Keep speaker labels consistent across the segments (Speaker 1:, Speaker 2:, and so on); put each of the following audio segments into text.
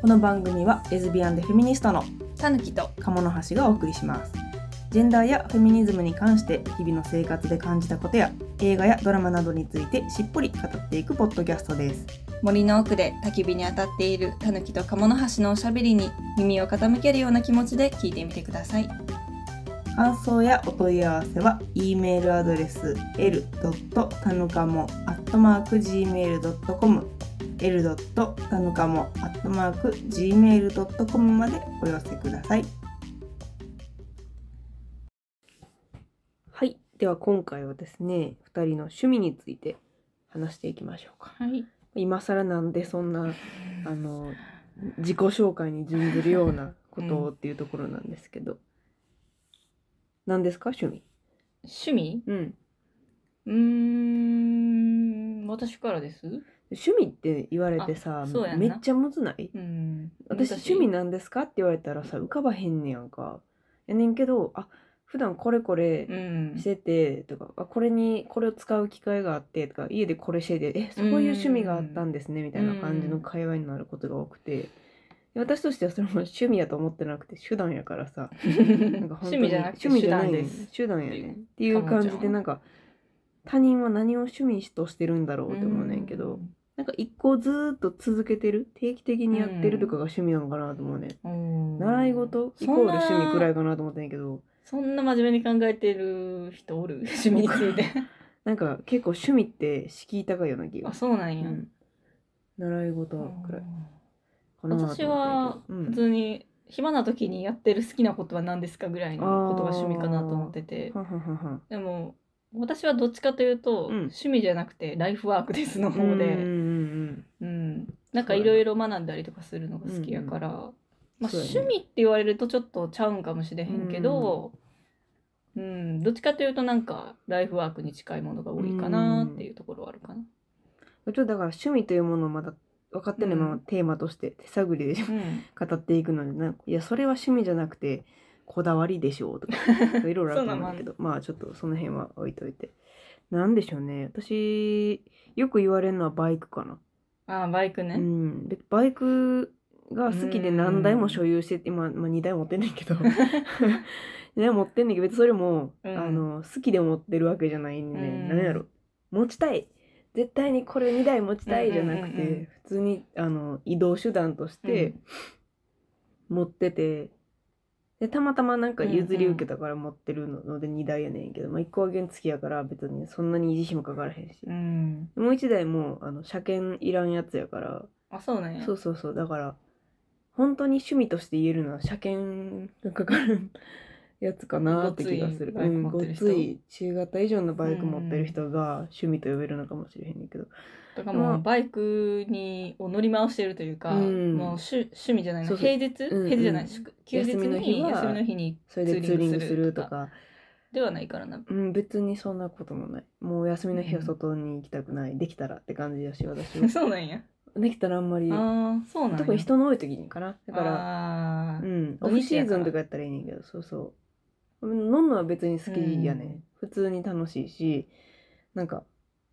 Speaker 1: この番組はレズビアンでフェミニストの
Speaker 2: たぬきと
Speaker 1: 鴨の橋がお送りしますジェンダーやフェミニズムに関して日々の生活で感じたことや映画やドラマなどについてしっぽり語っていくポッドキャストです
Speaker 2: 森の奥で焚き火に当たっているたぬきと鴨の橋のおしゃべりに耳を傾けるような気持ちで聞いてみてください
Speaker 1: 感想やお問い合わせは e メールアドレス l. たぬかも @gmail.com l. たぬかも @gmail.com までお寄せくださいはいでは今回はですね2人の趣味について話していきましょうか
Speaker 2: はい
Speaker 1: 今更なんでそんなあの自己紹介に準ずるようなことをっていうところなんですけど、何ですか趣味
Speaker 2: 趣味
Speaker 1: うん
Speaker 2: うーん私からです
Speaker 1: 趣味って言われてさ
Speaker 2: あそうやんな
Speaker 1: めっちゃむずない
Speaker 2: うん
Speaker 1: 私趣味なんですかって言われたらさ浮かばへんねやんかやねんけどあ普段これこれ
Speaker 2: うん
Speaker 1: しててとか、あこれにこれを使う機会があってとか家でこれしててえそういう趣味があったんですねみたいな感じの会話になることが多くてで私としてはそれも趣味やと思ってなくて手段やから さなんか本当
Speaker 2: 趣
Speaker 1: に
Speaker 2: 味じゃなくて
Speaker 1: 趣味
Speaker 2: 手
Speaker 1: じゃない
Speaker 2: 段
Speaker 1: ねん
Speaker 2: です
Speaker 1: 手段やねんっていう感じ
Speaker 2: かもち
Speaker 1: で
Speaker 2: ゃん
Speaker 1: なんか他人は何を趣味としてるんだろうって思うねんけど、なんか一個ずーっと続けてる定期的にやってるとかが趣味なのかなと思うねん、
Speaker 2: うん
Speaker 1: 習い事イコール趣味くらい
Speaker 2: そん
Speaker 1: か
Speaker 2: な
Speaker 1: なと思ってんやけど
Speaker 2: そんな真面目に考えてる人おる趣味について
Speaker 1: なんか結構趣味って敷居高いような気が
Speaker 2: あそうなん
Speaker 1: う
Speaker 2: や、
Speaker 1: ん習い事くらいかなと思ってんやけ
Speaker 2: 私
Speaker 1: ど
Speaker 2: は普通に暇な時にやってる好きなことは何ですかぐらいのことが趣味かなと思ってて
Speaker 1: うん、はんはんはんはん
Speaker 2: でも私はどっちかというと、
Speaker 1: うん
Speaker 2: 趣味じゃなくてライフワークですの方
Speaker 1: うんうんう
Speaker 2: で、
Speaker 1: ん
Speaker 2: うんなんかいろいろ学んだりとかするのが好きやから、まあ、
Speaker 1: そうやね
Speaker 2: 趣味って言われるとちょっとちゃうんかもしれへんけど、うんどっちかというとなんかライフワークに近いものが多いかなっていうところはあるかな。
Speaker 1: うんちょっとだから趣味というものをまだ分かってないまま
Speaker 2: うん
Speaker 1: テーマとして手探りで
Speaker 2: うん
Speaker 1: 語っていくのでなんかいやそれは趣味じゃなくてこだわりでしょうと かいろいろあると思うんだけどまあちょっとその辺は置いといてなんでしょうね私よく言われるのはバイクかな、
Speaker 2: あーバイクね、
Speaker 1: うんでバイクが好きで何台も所有してて今、まあ、2台持ってんねんけ ど2台持ってんねんけど別にそれも、
Speaker 2: うん
Speaker 1: あの好きで持ってるわけじゃないんで、
Speaker 2: うん
Speaker 1: 何やろ持ちたい絶対にこれ2台持ちたいじゃなくて、
Speaker 2: うんうんうんうん
Speaker 1: 普通にあの移動手段として、
Speaker 2: うん
Speaker 1: 持っててでたまたまなんか譲り受けたから持ってるので2台やねんけど、まあ、1個は原付きやから別にそんなに維持費もかからへんし、
Speaker 2: うん
Speaker 1: もう1台もうあの車検いらんやつやから、
Speaker 2: あそうなんや
Speaker 1: そうそうそうだから本当に趣味として言えるのは車検がかかるやつかなって気がする
Speaker 2: ごついバイク持っ
Speaker 1: ご
Speaker 2: てる人
Speaker 1: つい中型以上のバイク持ってる人が趣味と呼べるのかもしれへんねんけど、
Speaker 2: とかも
Speaker 1: まあ
Speaker 2: うバイクにを乗り回してるというか、
Speaker 1: うん
Speaker 2: もう趣趣味じゃないの
Speaker 1: そうそう
Speaker 2: 平日、
Speaker 1: うんうん
Speaker 2: 平日じゃない祝休日
Speaker 1: 休みの日
Speaker 2: に
Speaker 1: は
Speaker 2: 休みの日に
Speaker 1: それでツーリングするとか
Speaker 2: ではないからな。
Speaker 1: うん、別にそんなこともない。もう休みの日は
Speaker 2: うん。
Speaker 1: 外に行きたくない。できたらって感じだし、私は
Speaker 2: そうなんや。
Speaker 1: できたらあんまり、
Speaker 2: ああそうなんや。
Speaker 1: 特に人の多い時にかな。だから、
Speaker 2: あ
Speaker 1: う
Speaker 2: ー
Speaker 1: ん、
Speaker 2: 土
Speaker 1: オフ
Speaker 2: 日
Speaker 1: シ
Speaker 2: や
Speaker 1: ー
Speaker 2: から
Speaker 1: ズンとかやったらいいねんけど、そうそう。飲むのは別に好きやね、
Speaker 2: うん
Speaker 1: 普通に楽しいし、なんか、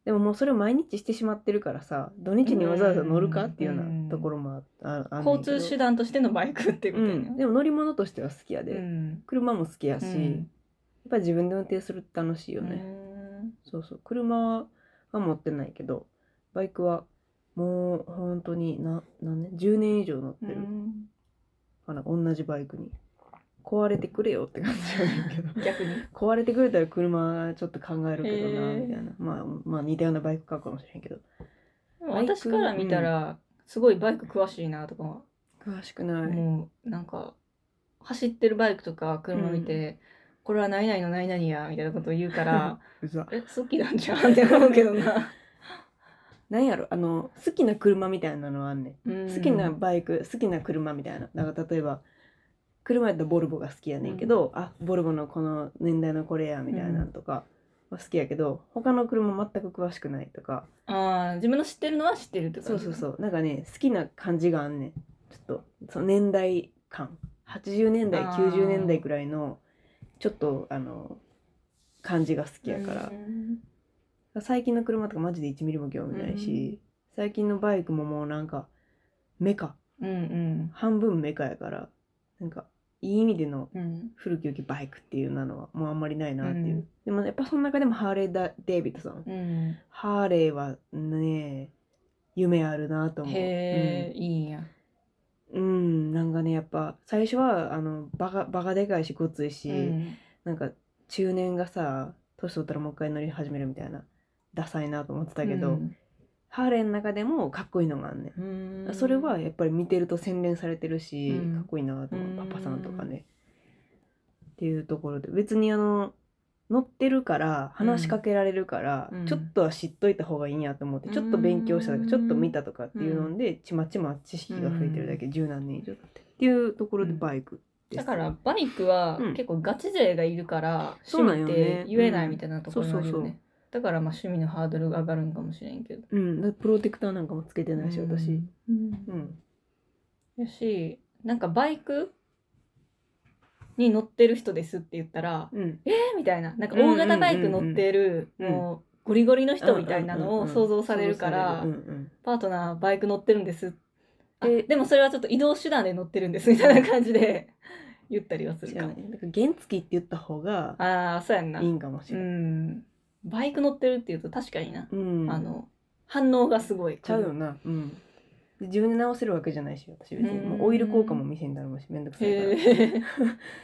Speaker 1: でももうそれを毎日してしまってるからさ、土日にわざわざ乗るかっていうよう
Speaker 2: うん
Speaker 1: なところもあああんねん
Speaker 2: 交
Speaker 1: けど
Speaker 2: 通手段としてのバイクっていうこ
Speaker 1: う
Speaker 2: とやね。
Speaker 1: ん。でも乗り物としては好きやで。
Speaker 2: うん
Speaker 1: 車も好きやし、
Speaker 2: う
Speaker 1: やっ
Speaker 2: ん
Speaker 1: ぱ自分で運転するって楽しいよね。
Speaker 2: うん
Speaker 1: そうそう車は持ってないけどバイクはもう本当にな何年10年以上乗ってる
Speaker 2: うん
Speaker 1: かな、同じバイクに壊れてくれよって感じやねんけ ど
Speaker 2: 逆に。
Speaker 1: 壊れてくれたら車ちょっと考えるけどな
Speaker 2: へー
Speaker 1: みたいな、まあ、まあ似たようなバイク買うかもしれんけど
Speaker 2: でも
Speaker 1: バイク
Speaker 2: 私から見たら、すごいバイク詳しいなとかは
Speaker 1: 詳しくない、
Speaker 2: もうなんか走ってるバイクとか車見て、これは何々の何々やみたいなことを言うから
Speaker 1: うざ
Speaker 2: え好きなんじゃんって思うけどな、
Speaker 1: なんやろあの好きな車みたいなのはあんねん
Speaker 2: うん
Speaker 1: 好きなバイク好きな車みたいなだから例えば車やったらボルボが好きやねんけど、あボルボのこの年代のこれやみたいなのとか、は好きやけど他の車全く詳しくないとか
Speaker 2: あー自分の知ってるのは知ってるってこ
Speaker 1: そ
Speaker 2: と
Speaker 1: うそうそうなんかね好きな感じがあんねんちょっとその年代感80年代
Speaker 2: あー
Speaker 1: 90年代ぐらいのちょっとあの感じが好きやから
Speaker 2: う、ん
Speaker 1: 最近の車とかマジで1ミリも興味ないし、最近のバイクももうなんかメカ
Speaker 2: うんうん
Speaker 1: 半分メカやからなんかいい意味での
Speaker 2: うん
Speaker 1: 古き良きバイクっていうなのはもうあんまりないなっていう、
Speaker 2: うん
Speaker 1: でもやっぱその中でもハーレーダ・デイビッドさん、
Speaker 2: うん
Speaker 1: ハーレーはね夢あるなと思う、
Speaker 2: へえ、いいんや
Speaker 1: うん、うんなんかねやっぱ最初はあのバカバカでかいしごついし、
Speaker 2: うん
Speaker 1: なんか中年がさ年取ったらもう一回乗り始めるみたいなダサいなと思ってたけど、ハーレーの中でもかっこいいのがあんねん
Speaker 2: うん
Speaker 1: それはやっぱり見てると洗練されてるし、
Speaker 2: うん
Speaker 1: かっこいいなと思
Speaker 2: う
Speaker 1: うんパパさんとかね、っていうところで別にあの乗ってるから話しかけられるから、
Speaker 2: うん
Speaker 1: ちょっとは知っといた方がいいんやと思って、ちょっと勉強したと
Speaker 2: う
Speaker 1: か
Speaker 2: ん
Speaker 1: ちょっと見たとかっていうので、ちまちま知識が増えてるだけ十何年以上だってっていうところでバイクです、
Speaker 2: だからバイクは
Speaker 1: うん
Speaker 2: 結構ガチ勢がいるから
Speaker 1: そうなんよね
Speaker 2: 趣味って言えないみたいなところがある
Speaker 1: うんそ
Speaker 2: よ
Speaker 1: うそうそ
Speaker 2: ねだからまあ趣味のハードルが上がるんかもしれんけど
Speaker 1: うん、だからプロテクターなんかもつけてないし私、
Speaker 2: うん
Speaker 1: うん
Speaker 2: やしなんかバイクに乗ってる人ですって言ったら
Speaker 1: うん
Speaker 2: 「えーみたいななんか大型バイク乗ってる
Speaker 1: うんうんうんうん
Speaker 2: もうゴリゴリの人みたいなのを想像されるから
Speaker 1: うんうん
Speaker 2: パートナーバイク乗ってるんですあ
Speaker 1: え
Speaker 2: でもそれはちょっと移動手段で乗ってるんですみたいな感じで言ったりはす
Speaker 1: 違
Speaker 2: る
Speaker 1: う
Speaker 2: かも
Speaker 1: ねなんか原付って言った方が
Speaker 2: ああそうやんない
Speaker 1: いんかもし
Speaker 2: う
Speaker 1: れない、
Speaker 2: んバイク乗ってるっていうと確かにな、
Speaker 1: うん
Speaker 2: あの反応がすごい
Speaker 1: ちゃうよな、うん、で自分で直せるわけじゃないし私別に
Speaker 2: うん
Speaker 1: もうオイル交換も店になるもしめんどくさいから
Speaker 2: へえ、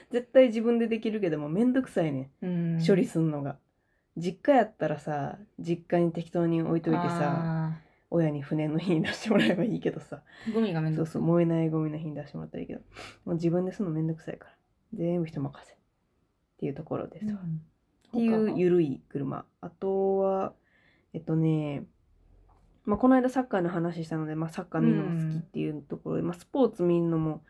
Speaker 1: 絶対自分でできるけどもめんどくさいね
Speaker 2: うん
Speaker 1: ん処理すんのが、実家やったらさ実家に適当に置いといてさ
Speaker 2: あ
Speaker 1: 親に船の日に出してもらえばいいけどさ
Speaker 2: ーゴミがめん
Speaker 1: そ
Speaker 2: ど
Speaker 1: う
Speaker 2: くさ
Speaker 1: そ
Speaker 2: いう
Speaker 1: 燃えないゴミの日に出してもらったらいいけどもう自分ですんのめんどくさいから全部人任せっていうところですわ、
Speaker 2: ん
Speaker 1: っていうゆるい車あとはえっとね、まあ、この間サッカーの話したので、まあ、サッカー見るのも好きっていうところで、まあ、スポーツ見るのも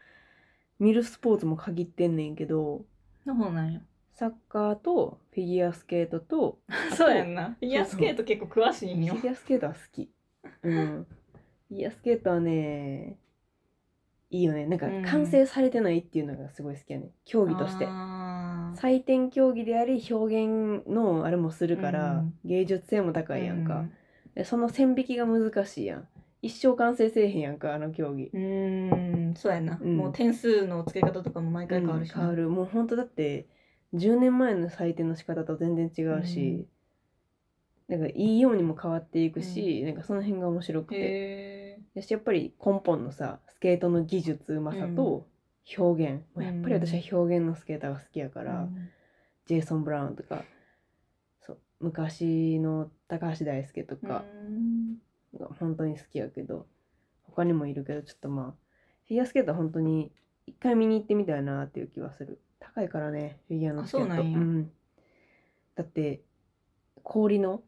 Speaker 1: 見るスポーツも限ってんねんけど
Speaker 2: の方なんや
Speaker 1: サッカーとフィギュアスケートと
Speaker 2: そうやんなフィギュアスケート結構詳しい
Speaker 1: フ
Speaker 2: んよ
Speaker 1: ィギュアスケートは好き。うん、フィギュアスケートはねいいよねなんか
Speaker 2: うん
Speaker 1: 完成されてないっていうのがすごい好きやね競技として。
Speaker 2: あー
Speaker 1: 採点競技であり表現のあれもするから、
Speaker 2: うん
Speaker 1: 芸術性も高いやんか。でその線引きが難しいやん一生完成せえへんやんかあの競技
Speaker 2: うんうんそうやな、
Speaker 1: うん
Speaker 2: もう点数の付け方とかも毎回変わるし
Speaker 1: うん
Speaker 2: な、
Speaker 1: 変わるもうほんとだって10年前の採点の仕方と全然違うし、なんかいいようにも変わっていくし、なんかその辺が面白くて
Speaker 2: へえ
Speaker 1: だしやっぱり根本のさスケートの技術うまさと表現、
Speaker 2: う
Speaker 1: もう
Speaker 2: ん
Speaker 1: やっぱり私は表現のスケーターが好きやから、ジェイソン・ブラウンとかそう昔の高橋大輔とか、が本当に好きやけど他にもいるけどちょっとまあフィギュアスケートは本当に一回見に行ってみたいなっていう気はする高いからねフィギュアのスケー
Speaker 2: あ
Speaker 1: ト
Speaker 2: そうなんや
Speaker 1: んだって氷の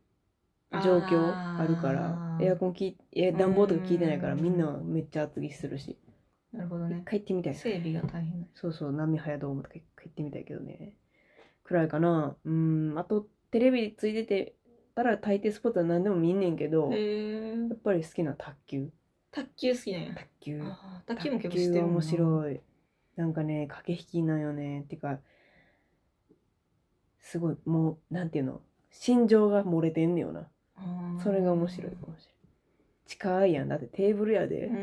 Speaker 1: 状況あるからエアコンきえ暖房とか効いてないから
Speaker 2: うん
Speaker 1: みんなめっちゃ厚着するし
Speaker 2: ンなるほど
Speaker 1: 一
Speaker 2: ね
Speaker 1: 回行ってみたい
Speaker 2: 整備が大変だ
Speaker 1: そうそう波早ドームとか一回行ってみたいけどねくらいかなうんあとテレビついててたら大抵スポーツは何でも見んねんけど、や
Speaker 2: へえ
Speaker 1: っぱり好きな卓球
Speaker 2: 卓球好きなんや
Speaker 1: 卓球
Speaker 2: あー卓球も結構してる
Speaker 1: 卓
Speaker 2: もんな
Speaker 1: 面白いなんかね駆け引きなんよねてかすごいもうなんていうの心情が漏れてんねよな
Speaker 2: あー
Speaker 1: それが面白いかもしれない近いやんだってテーブルや
Speaker 2: う
Speaker 1: で、
Speaker 2: ん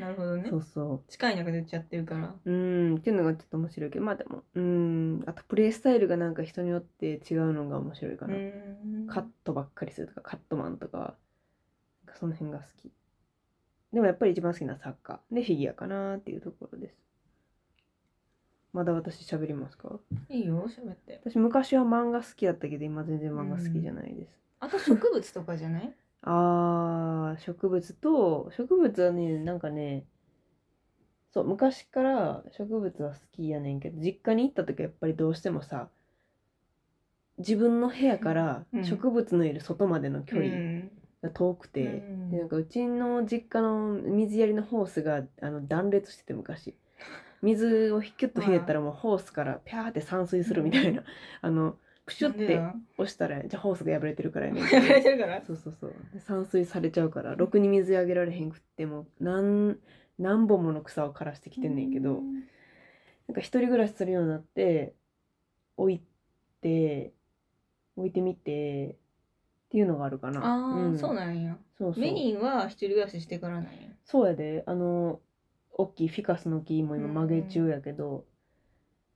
Speaker 2: なるほどね
Speaker 1: そうそ
Speaker 2: 近い中で言っちゃってるから
Speaker 1: ううんっていうのがちょっと面白いけどまあでもうんあとプレイスタイルがなんか人によって違うのが面白いかな、
Speaker 2: うん
Speaker 1: カットばっかりするとかカットマンとかなんかその辺が好きでもやっぱり一番好きなサッカーでフィギュアかなっていうところですまだ私喋りますか
Speaker 2: いいよ喋って
Speaker 1: 私昔は漫画好きだったけど今全然漫画好きじゃないです、
Speaker 2: あと植物とかじゃない
Speaker 1: あー植物と植物はねなんかねそう昔から植物は好きやねんけど実家に行った時はやっぱりどうしてもさ自分の部屋から
Speaker 2: うん
Speaker 1: 植物のいる外までの距
Speaker 2: う
Speaker 1: 離
Speaker 2: ん
Speaker 1: が遠くて、
Speaker 2: うん
Speaker 1: でなんかうちの実家の水やりのホースがあの断裂してて昔水をひキュッとひねったらもうホースからピャーって散水するみたいな、あのプシュっ
Speaker 2: なんで
Speaker 1: て
Speaker 2: だ
Speaker 1: 押したらじゃあホースが破れてるからやねんけ
Speaker 2: や
Speaker 1: ど
Speaker 2: られてるから
Speaker 1: そうそうそうで散水されちゃうからろくに水あげられへんくってもうなん何本もの草を枯らしてきてんねんけど、
Speaker 2: うん
Speaker 1: なんか一人暮らしするようになって置いて置いてみてっていうのがあるかな。
Speaker 2: ああ、
Speaker 1: ん
Speaker 2: そうなんや
Speaker 1: そうそう
Speaker 2: メインは一人暮らししてからなんや
Speaker 1: そうやであの大きいフィカスの木も今曲げ中やけど、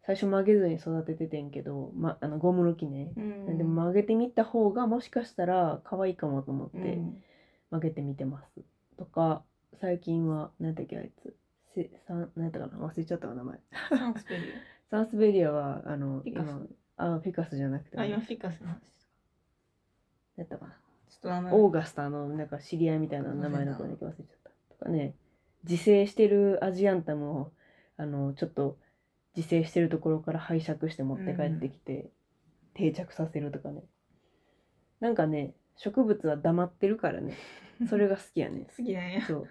Speaker 1: 最初曲げずに育てててんけど、ま、あのゴムの木ね、
Speaker 2: うん
Speaker 1: でも曲げてみた方がもしかしたら可愛いかもと思っ
Speaker 2: う
Speaker 1: て
Speaker 2: ん
Speaker 1: 曲げてみてます、とか最近は何だっけあいつせさん何やったかな忘れちゃったわ名前
Speaker 2: サンスペリ
Speaker 1: サンスベリアはあの
Speaker 2: フィカス
Speaker 1: 今あフィカスじゃなくて
Speaker 2: アあ
Speaker 1: 何
Speaker 2: 今フィカスの話です
Speaker 1: やったかな
Speaker 2: ちょっと名前。
Speaker 1: オーガスタのなんか知り合いみたいな名前の子だけ忘れちゃった。とかね、自生してるアジアンタムを、あの、ちょっと自生してるところから拝借して持って帰ってきて、定着させるとかね。なんかね、植物は黙ってるからね、それが好きやね
Speaker 2: 好きなんや
Speaker 1: そう。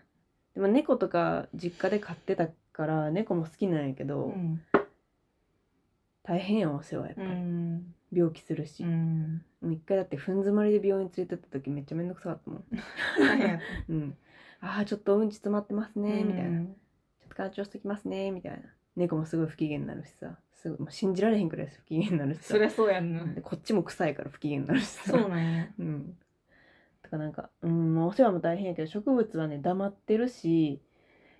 Speaker 1: でも猫とか実家で飼ってたから、猫も好きなんやけど、
Speaker 2: うん
Speaker 1: 大変やんお世話やっぱ
Speaker 2: う
Speaker 1: り。
Speaker 2: ん
Speaker 1: 病気するし。
Speaker 2: う
Speaker 1: も
Speaker 2: ん
Speaker 1: う一回だって、ふん詰まりで病院連れてった時めっちゃめんどくさかったもん。
Speaker 2: なんや
Speaker 1: うん、ああちょっとうんち詰まってますねみたいな、ち
Speaker 2: う
Speaker 1: ょ
Speaker 2: ん
Speaker 1: っと干潮してきますねみたいな猫もすごい不機嫌になるしさすごいもう信じられへんくらい不機嫌になるしさ
Speaker 2: そりゃそうやんな
Speaker 1: でこっちも臭いから不機嫌になるしさ
Speaker 2: そうなんや
Speaker 1: うん、とかなんか、うん、もうお世話も大変やけど植物はね黙ってるし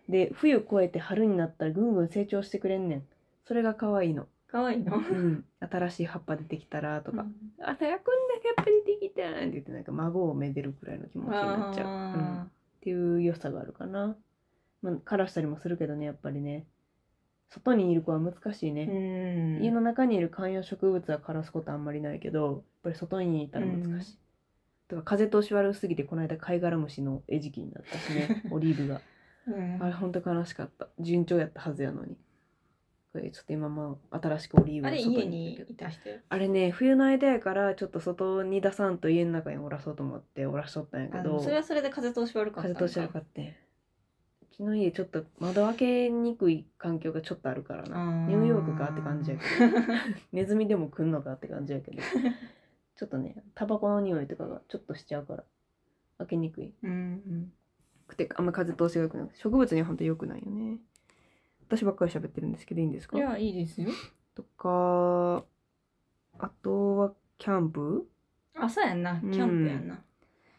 Speaker 1: で冬越えて春になったらぐんぐん成長してくれんねんそれが可愛い の、
Speaker 2: 可愛いの
Speaker 1: うん、新しい葉っぱ出てきたらとか、
Speaker 2: うん
Speaker 1: あたやこんな葉っぱ出てきたって言ってなんか孫をめでるくらいの気持ちになっちゃう。うん
Speaker 2: あ
Speaker 1: っていう良さがあるかな。まあ、からしたりもするけどねやっぱりね外にいる子は難しい
Speaker 2: ーう
Speaker 1: ね、
Speaker 2: ん
Speaker 1: 家の中にいる観葉植物は枯らすことあんまりないけどやっぱり外にいたら難しい、
Speaker 2: うん
Speaker 1: とか風通し悪すぎてこの間貝殻虫の餌食になったし ねオリーブが
Speaker 2: うん
Speaker 1: あれほんと悲しかった順調やったはずやのにこれちょっと今もう新しくオリーブ
Speaker 2: あ
Speaker 1: を
Speaker 2: れ
Speaker 1: 外
Speaker 2: 家
Speaker 1: に
Speaker 2: に
Speaker 1: 入れてる
Speaker 2: いた人や
Speaker 1: あれね冬の間やからちょっと外に出さんと家の中におらそうと思っておらしとったんやけ
Speaker 2: あで
Speaker 1: ど
Speaker 2: もそれはそれで風通し悪かった
Speaker 1: 風
Speaker 2: ん
Speaker 1: 通し悪かったねうちの家ちょっと窓開けにくい環境がちょっとあるからなニューヨークかって感じやけどネズミでも来んのかって感じや けどちょっとねタバコの匂いとかがちょっとしちゃうから開けにくい
Speaker 2: うんうん
Speaker 1: くてあんま風通しが良くない植物には本当良くないよね私ばっかり喋ってるんですけどいいんですか
Speaker 2: いやいいですよ
Speaker 1: とかあとはキャンプ
Speaker 2: あそうやんなキャンプやんな
Speaker 1: キ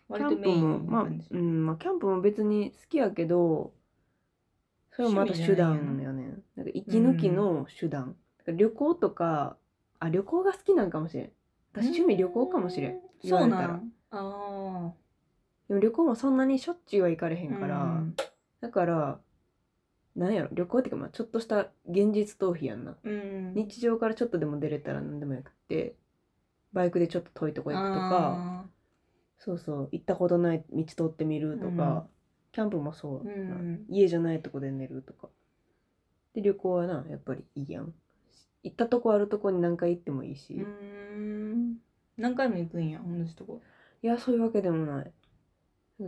Speaker 2: 割
Speaker 1: ャ
Speaker 2: と
Speaker 1: ン
Speaker 2: メ
Speaker 1: プ
Speaker 2: イ
Speaker 1: も
Speaker 2: ン
Speaker 1: ま
Speaker 2: な
Speaker 1: あ、
Speaker 2: 感じ
Speaker 1: うんまあ、キャンプも別に好きやけどそれもまた手段よねなんか息抜きの手段、なんか旅行とかあ旅行が好きなんかもしれん私趣味旅行かもしれん
Speaker 2: う
Speaker 1: 言わ
Speaker 2: そう
Speaker 1: れたら
Speaker 2: なんあ
Speaker 1: でも旅行もそんなにしょっちゅうは行かれへ
Speaker 2: あ
Speaker 1: んから、
Speaker 2: うん
Speaker 1: だからなんやろ旅行っていうかまあちょっとした現実逃避やんな
Speaker 2: うん
Speaker 1: 日常からちょっとでも出れたら何でもよくてバイクでちょっと遠いとこ行くとかそうそう行ったことない道通ってみるとか、
Speaker 2: うん
Speaker 1: キャンプもそう
Speaker 2: う
Speaker 1: だな、
Speaker 2: ん
Speaker 1: 家じゃないとこで寝るとかで旅行はなやっぱりいいやん行ったとこあるとこに何回行ってもいいし、
Speaker 2: う
Speaker 1: い
Speaker 2: ん何回も行くんや同じとこ
Speaker 1: やそういうわけでもない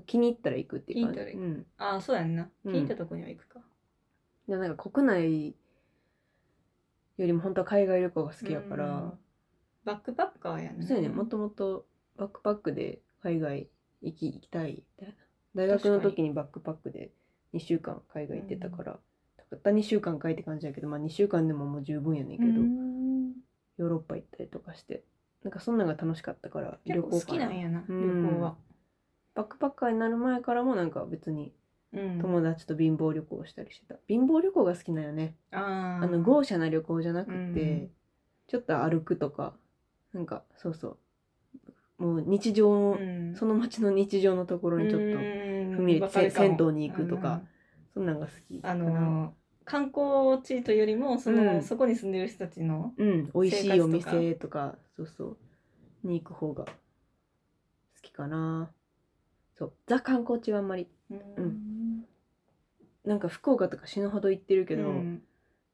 Speaker 1: 気に入ったら行くっていう感じ
Speaker 2: 気に入った
Speaker 1: うん
Speaker 2: ああそうやんな
Speaker 1: うん
Speaker 2: 聞いたとこには行くか
Speaker 1: でなんか国内よりも本当は海外旅行が好きやから、
Speaker 2: うんバックパッカーやんな
Speaker 1: そうやねもともとバックパックで海外行き行きたいみたいな大学の時にバックパックで2週間海外行ってたから、たった2週間かいって感じやけどまあ2週間でももう十分やねんけど、
Speaker 2: うん
Speaker 1: ヨーロッパ行ったりとかしてなんかそんなんが楽しかったから
Speaker 2: 結構好
Speaker 1: か
Speaker 2: きなんやな
Speaker 1: う
Speaker 2: 旅
Speaker 1: ん
Speaker 2: 行は
Speaker 1: バックパッカーになる前からもなんか別に
Speaker 2: 友
Speaker 1: 友達と貧乏旅行をしたりしてた、貧乏旅行が好きなんよね、
Speaker 2: あ
Speaker 1: あの
Speaker 2: ー
Speaker 1: 豪奢な旅行じゃなくて、
Speaker 2: うん
Speaker 1: ちょっと歩くとかなんかそうそうもう日常の、
Speaker 2: うん
Speaker 1: その町の日常のところにちょっと、
Speaker 2: 踏
Speaker 1: 踏み入れて銭湯に行くとかそんなんが好き
Speaker 2: あ
Speaker 1: かな
Speaker 2: の観光地というよりもその、
Speaker 1: うん
Speaker 2: そこに住んでる人たちの
Speaker 1: うん美味しいお
Speaker 2: 生活とか
Speaker 1: 店とかそうそうに行く方が好きかなそうザ観光地はあんまり
Speaker 2: うん
Speaker 1: なんか福岡とか死ぬほど行ってるけど、
Speaker 2: うん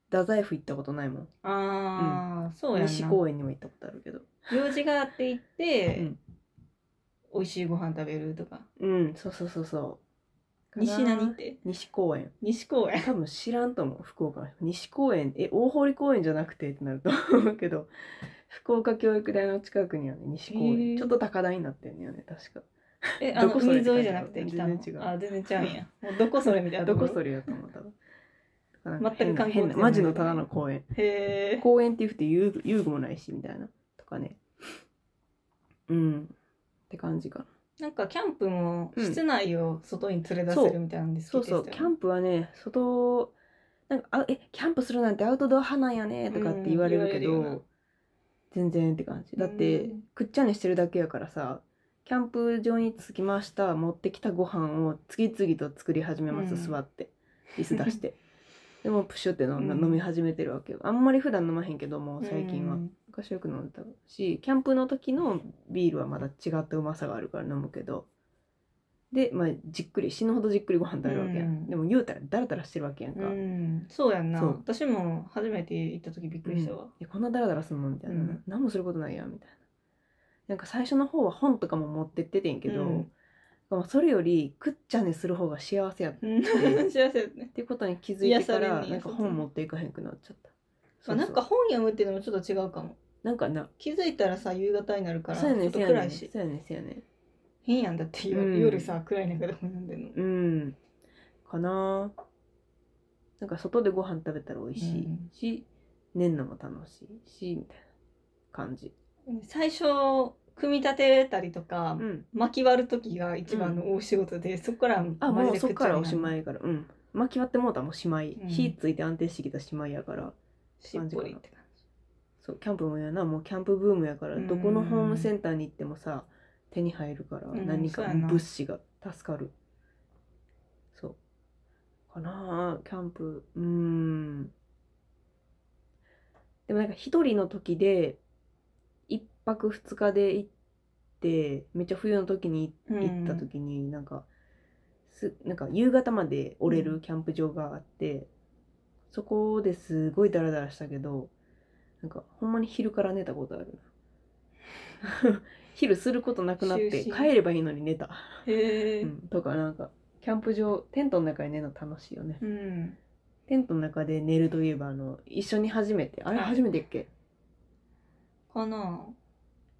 Speaker 1: 太宰府行ったことないもん
Speaker 2: ああ、そうやん
Speaker 1: 西
Speaker 2: な
Speaker 1: 公園にも行ったことあるけど
Speaker 2: 用事があって行って、
Speaker 1: うん
Speaker 2: 美味しいご飯食べるとか
Speaker 1: うんそうそうそうそう
Speaker 2: 西何っ
Speaker 1: かな
Speaker 2: て
Speaker 1: 西公園
Speaker 2: 西公園
Speaker 1: 多分知らんと思う福岡の人西公園え大堀公園じゃなくてってなると 思うけど福岡教育大の近くにはね西公
Speaker 2: へ
Speaker 1: 園
Speaker 2: ー
Speaker 1: ちょっと高台になってんのよね確か
Speaker 2: え あの
Speaker 1: どこそれ
Speaker 2: 海沿いじゃなくて
Speaker 1: って
Speaker 2: 北の
Speaker 1: 全然違う
Speaker 2: あ全然違うんや もうどこそれみたいな
Speaker 1: どこ
Speaker 2: れ
Speaker 1: それやと思う多分なんか
Speaker 2: 全く観光地
Speaker 1: 変な変な
Speaker 2: じゃない
Speaker 1: マジのただの公園
Speaker 2: へえ
Speaker 1: 公園って言うて遊具遊具もないしみたいなとかねうんって感じかな
Speaker 2: なんかキャンプも
Speaker 1: うん
Speaker 2: 室内を外に連れ出せるみたいなんです
Speaker 1: そうそうキャンプはね外なんかあえキャンプするなんてアウトドア派なんやねとかって言われるけど、
Speaker 2: うん言われるよな
Speaker 1: 全然って感じだって、
Speaker 2: うん
Speaker 1: くっちゃねしてるだけやからさキャンプ場に着きました持ってきたご飯を次々と作り始めます、
Speaker 2: うん
Speaker 1: 座って椅子出して でもプシュって飲,、
Speaker 2: うん
Speaker 1: 飲み始めてるわけよあんまり普段飲まへんけどもう最近は、
Speaker 2: うん
Speaker 1: 昔よく飲んでたしキャンプの時のビールはまだ違ったうまさがあるから飲むけどで、まあ、じっくり死ぬほどじっくりご飯食べるわけやん、
Speaker 2: うん
Speaker 1: でも言うたらダラダラしてるわけやんか、
Speaker 2: うんそうやんな
Speaker 1: そう
Speaker 2: 私も初めて行った時びっくりしたわ、
Speaker 1: いやこんなダラダラすんのみたいな、
Speaker 2: うん
Speaker 1: 何もすることないやみたいななんか最初の方は本とかも持ってっててんけど、
Speaker 2: うん
Speaker 1: まあそれよりくっちゃねする方が幸せやっ
Speaker 2: うん、
Speaker 1: うん
Speaker 2: 幸せやね、
Speaker 1: ていうことに気づいてか
Speaker 2: 癒さ
Speaker 1: ら
Speaker 2: れんね
Speaker 1: なんか本持っていかへんくなっちゃった
Speaker 2: まあ、なんか本読むっていうのもちょっと違うかも
Speaker 1: なんかな
Speaker 2: 気づいたらさ夕方になるからち
Speaker 1: そうや
Speaker 2: ょ
Speaker 1: ね
Speaker 2: っ
Speaker 1: んそ
Speaker 2: と
Speaker 1: うや
Speaker 2: 暗
Speaker 1: ねん
Speaker 2: い
Speaker 1: そ
Speaker 2: し
Speaker 1: うやねんそうやねん
Speaker 2: 変やんだって夜,、
Speaker 1: うん
Speaker 2: 夜さ暗い中で本読んでんの
Speaker 1: うんかなあなんか外でご飯食べたら美味しい
Speaker 2: うん
Speaker 1: し、寝んのも楽しいしみたいな感じ
Speaker 2: 最初組み立てたりとか、
Speaker 1: うん
Speaker 2: 巻き割る時が一番の大仕事で、そこから
Speaker 1: あもうそっからおし
Speaker 2: い
Speaker 1: まいやからうん巻き割ってもうたらもうしまい、
Speaker 2: うん
Speaker 1: 火ついて安定してきたしまいやから
Speaker 2: しっぽりって感
Speaker 1: そうキャンプもやなもうキャンプブームやから、
Speaker 2: うん
Speaker 1: どこのホームセンターに行ってもさ手に入るから、
Speaker 2: うん
Speaker 1: 何か
Speaker 2: そうやな
Speaker 1: 物資が助かるそうかなあキャンプうーんでもなんか一人の時で一泊二日で行ってめっちゃ冬の時に
Speaker 2: じ、う
Speaker 1: 行った時になんかすなんか夕方まで折れるキャンプ場があって、そこですごいダラダラしたけどなんかほんまに昼から寝たことあるな昼することなくなって
Speaker 2: 就寝
Speaker 1: 帰ればいいのに寝た、
Speaker 2: へえ
Speaker 1: うんとかなんかキャンプ場テントの中で寝るの楽しいよね
Speaker 2: うん、
Speaker 1: テントの中で寝るといえばあの一緒に初めてあれ
Speaker 2: はい
Speaker 1: 初めてっけ、
Speaker 2: かな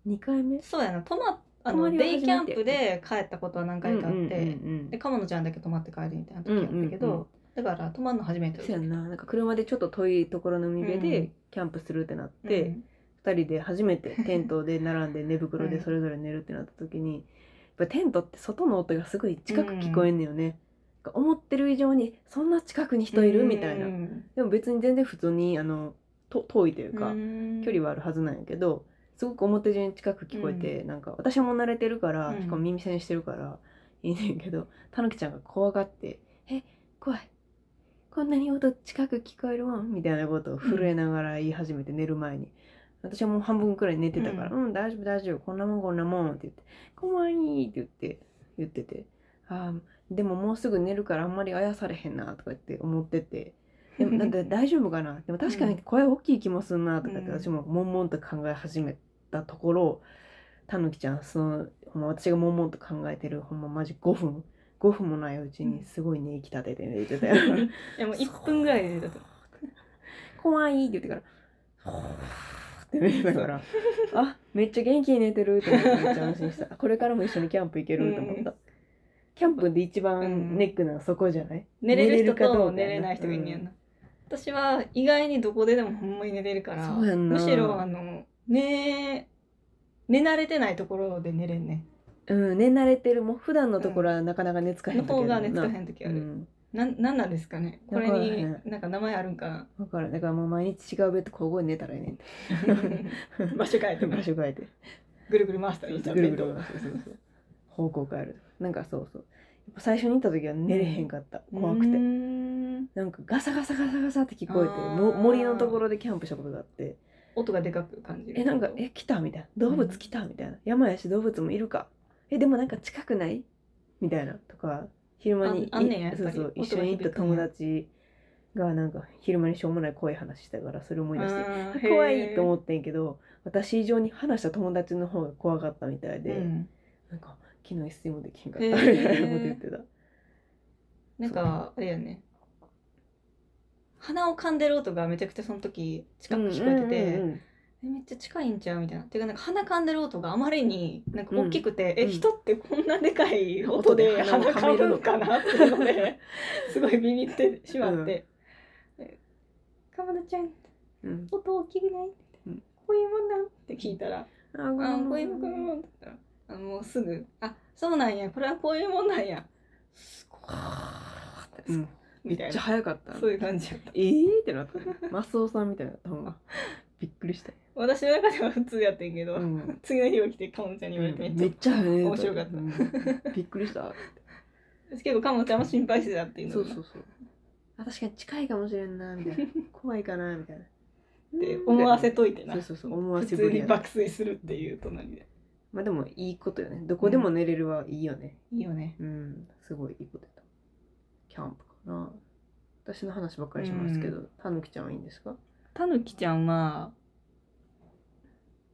Speaker 1: 2回目
Speaker 2: そうやな泊まあ
Speaker 1: 泊ま
Speaker 2: の
Speaker 1: りは初め
Speaker 2: デイ
Speaker 1: て
Speaker 2: キャンプで帰ったことは何回かあって、
Speaker 1: うんうんうん
Speaker 2: で鴨野ちゃんだけ泊まって帰るみたいな時やったけど、
Speaker 1: うんうんうん
Speaker 2: だから泊まるの初めてだっ
Speaker 1: そ
Speaker 2: た
Speaker 1: やんななんか車でちょっと遠いところの海辺
Speaker 2: う
Speaker 1: で
Speaker 2: ん
Speaker 1: キャンプするってなっ
Speaker 2: うん
Speaker 1: て、2人で初めてテントで並んで寝袋でそれぞれ寝るってなった時に、やっぱテントって外の音がすごい近く聞こえんのよね、なんか思ってる以上にそんな近くに人いるみたいな、
Speaker 2: うん
Speaker 1: でも別に全然普通にあのと遠いというか、
Speaker 2: うん
Speaker 1: 距離 はあるはずなんやけどすごく思ってる以上に近く聞こえて、なんか私も慣れてるから、
Speaker 2: うん
Speaker 1: しかも耳栓してるからいいねんけどたぬきちゃんが怖がって「え怖いこんなに音近く聞こえるもん」みたいなことを震えながら言い始めて寝る前に。私はもう半分くらい寝てたから「
Speaker 2: う
Speaker 1: うん、大丈夫大丈夫こんなもんこんなもん」って言って「怖い」って言って言ってて「あーでももうすぐ寝るからあんまりあやされへんな」とか言って思っててでもなんか 大丈夫かなでも確かに声大きい気もするなとかって
Speaker 2: うん
Speaker 1: 私も悶々と考え始めたところたぬきちゃんそのほんま私が悶々と考えてるほんまマジ5分5分もないうちにすごい寝息立てて寝てたよ
Speaker 2: いやもう1分ぐらいで寝たと思
Speaker 1: 怖いって言ってから「ほーって寝てたからあめっちゃ元気に寝てるって思ってめっちゃ安心したこれからも一緒にキャンプ行けると思った、キャンプで一番ネックなのはそこじゃない、
Speaker 2: う寝れる人
Speaker 1: かどう
Speaker 2: と
Speaker 1: かや
Speaker 2: 寝れない人がいるんや
Speaker 1: うん
Speaker 2: んな、私は意外にどこででもほんまに寝れるから
Speaker 1: そうやんな
Speaker 2: むしろあの寝寝慣れてないところで寝れんね
Speaker 1: うん、寝慣れてるもう普段のところはなかなか寝つかへ
Speaker 2: の
Speaker 1: ん時あ
Speaker 2: 方
Speaker 1: る
Speaker 2: が
Speaker 1: よな
Speaker 2: 寝つかへん時あ
Speaker 1: う
Speaker 2: る、
Speaker 1: ん、
Speaker 2: なん、なんなんですかねこれ
Speaker 1: わからへ
Speaker 2: に
Speaker 1: ん
Speaker 2: なんか名前あるんかな
Speaker 1: だからんだからもう毎日違うベッド交互に寝たらええねんって
Speaker 2: 場所変えて も
Speaker 1: 場所変えて
Speaker 2: ぐるぐる回した
Speaker 1: ぐ
Speaker 2: り
Speaker 1: る
Speaker 2: しちゃ
Speaker 1: ぐ
Speaker 2: う
Speaker 1: るそうそうそう方向変えるなんかそうそうやっぱ最初に行った時は寝れへんかった、怖くて
Speaker 2: て
Speaker 1: なんかガサガサガサガサって聞こえて
Speaker 2: あー
Speaker 1: も森のところでキャンプしたことがあって
Speaker 2: 音がでかく感じる
Speaker 1: えなんか「え来た?」みたいな「動物来た?」みたいな「山やし動物もいるか?」「えでもなんか近くない?」みたいなとか昼間にい
Speaker 2: ああんねんややっぱ
Speaker 1: そう
Speaker 2: り
Speaker 1: そう一緒
Speaker 2: 音が
Speaker 1: に
Speaker 2: 響くん
Speaker 1: 行
Speaker 2: や
Speaker 1: った友達がなんか昼間にしょうもない怖い話したからそれ思い出して
Speaker 2: あー
Speaker 1: 怖いと思
Speaker 2: へ
Speaker 1: ってんけど私以上に話した友達の方が怖かったみたい
Speaker 2: ー
Speaker 1: で、
Speaker 2: うん
Speaker 1: なんか昨日一睡もできんかったみ
Speaker 2: へ
Speaker 1: た
Speaker 2: ー
Speaker 1: いなこと言ってた、
Speaker 2: なんかあれやね鼻を噛んでる音がめちゃくちゃその時近く聞こえてて、
Speaker 1: うんうんうん
Speaker 2: えめっちゃ近いんちゃうみたいなていうかなんか鼻噛んでる音があまりになんか大きくて、
Speaker 1: うんう
Speaker 2: え
Speaker 1: ん
Speaker 2: 人ってこんなでかい音で
Speaker 1: 音
Speaker 2: 鼻
Speaker 1: で鼻を
Speaker 2: 噛
Speaker 1: 噛める
Speaker 2: む
Speaker 1: の
Speaker 2: のかなっていうので すごいビビってしまって「えかまどちゃん
Speaker 1: うん
Speaker 2: 音大きくない?」
Speaker 1: うん
Speaker 2: こういうもんなん?」って聞いたら
Speaker 1: あー
Speaker 2: あーこういうもんこういうもんだったらあもうすぐ「あそうなんやこれはこういうもんなんや」すごい
Speaker 1: うん、
Speaker 2: み
Speaker 1: め
Speaker 2: た
Speaker 1: っ
Speaker 2: い
Speaker 1: ちゃ
Speaker 2: な
Speaker 1: 早かった
Speaker 2: そういう感じやった
Speaker 1: えーってなったマスオさんみたいな多分びっくりした、
Speaker 2: 私の中では普通やってんけど、
Speaker 1: うん
Speaker 2: 次の日起きてかもちゃんに言われてめっちゃ、
Speaker 1: めっちゃ早い
Speaker 2: 面白かった
Speaker 1: うんびっくりした
Speaker 2: 私結構かもちゃんも心配してたっていうの
Speaker 1: そ
Speaker 2: が
Speaker 1: うそうそう。あ確かに近いかもしれんなみたいな。 怖いかなみたいな。
Speaker 2: って思わせといてな
Speaker 1: そうそうそう思わせ
Speaker 2: 普
Speaker 1: ぶ
Speaker 2: 通
Speaker 1: り
Speaker 2: に
Speaker 1: やな
Speaker 2: 爆睡するっていう隣で
Speaker 1: まあでもいいことよね。どこでも寝れるはいいよね。
Speaker 2: いいよね
Speaker 1: うん、すごいいいことやった。キャンプかな。私の話ばっかりしますけど、たぬきちゃんはいいんですか？
Speaker 2: たぬきちゃんは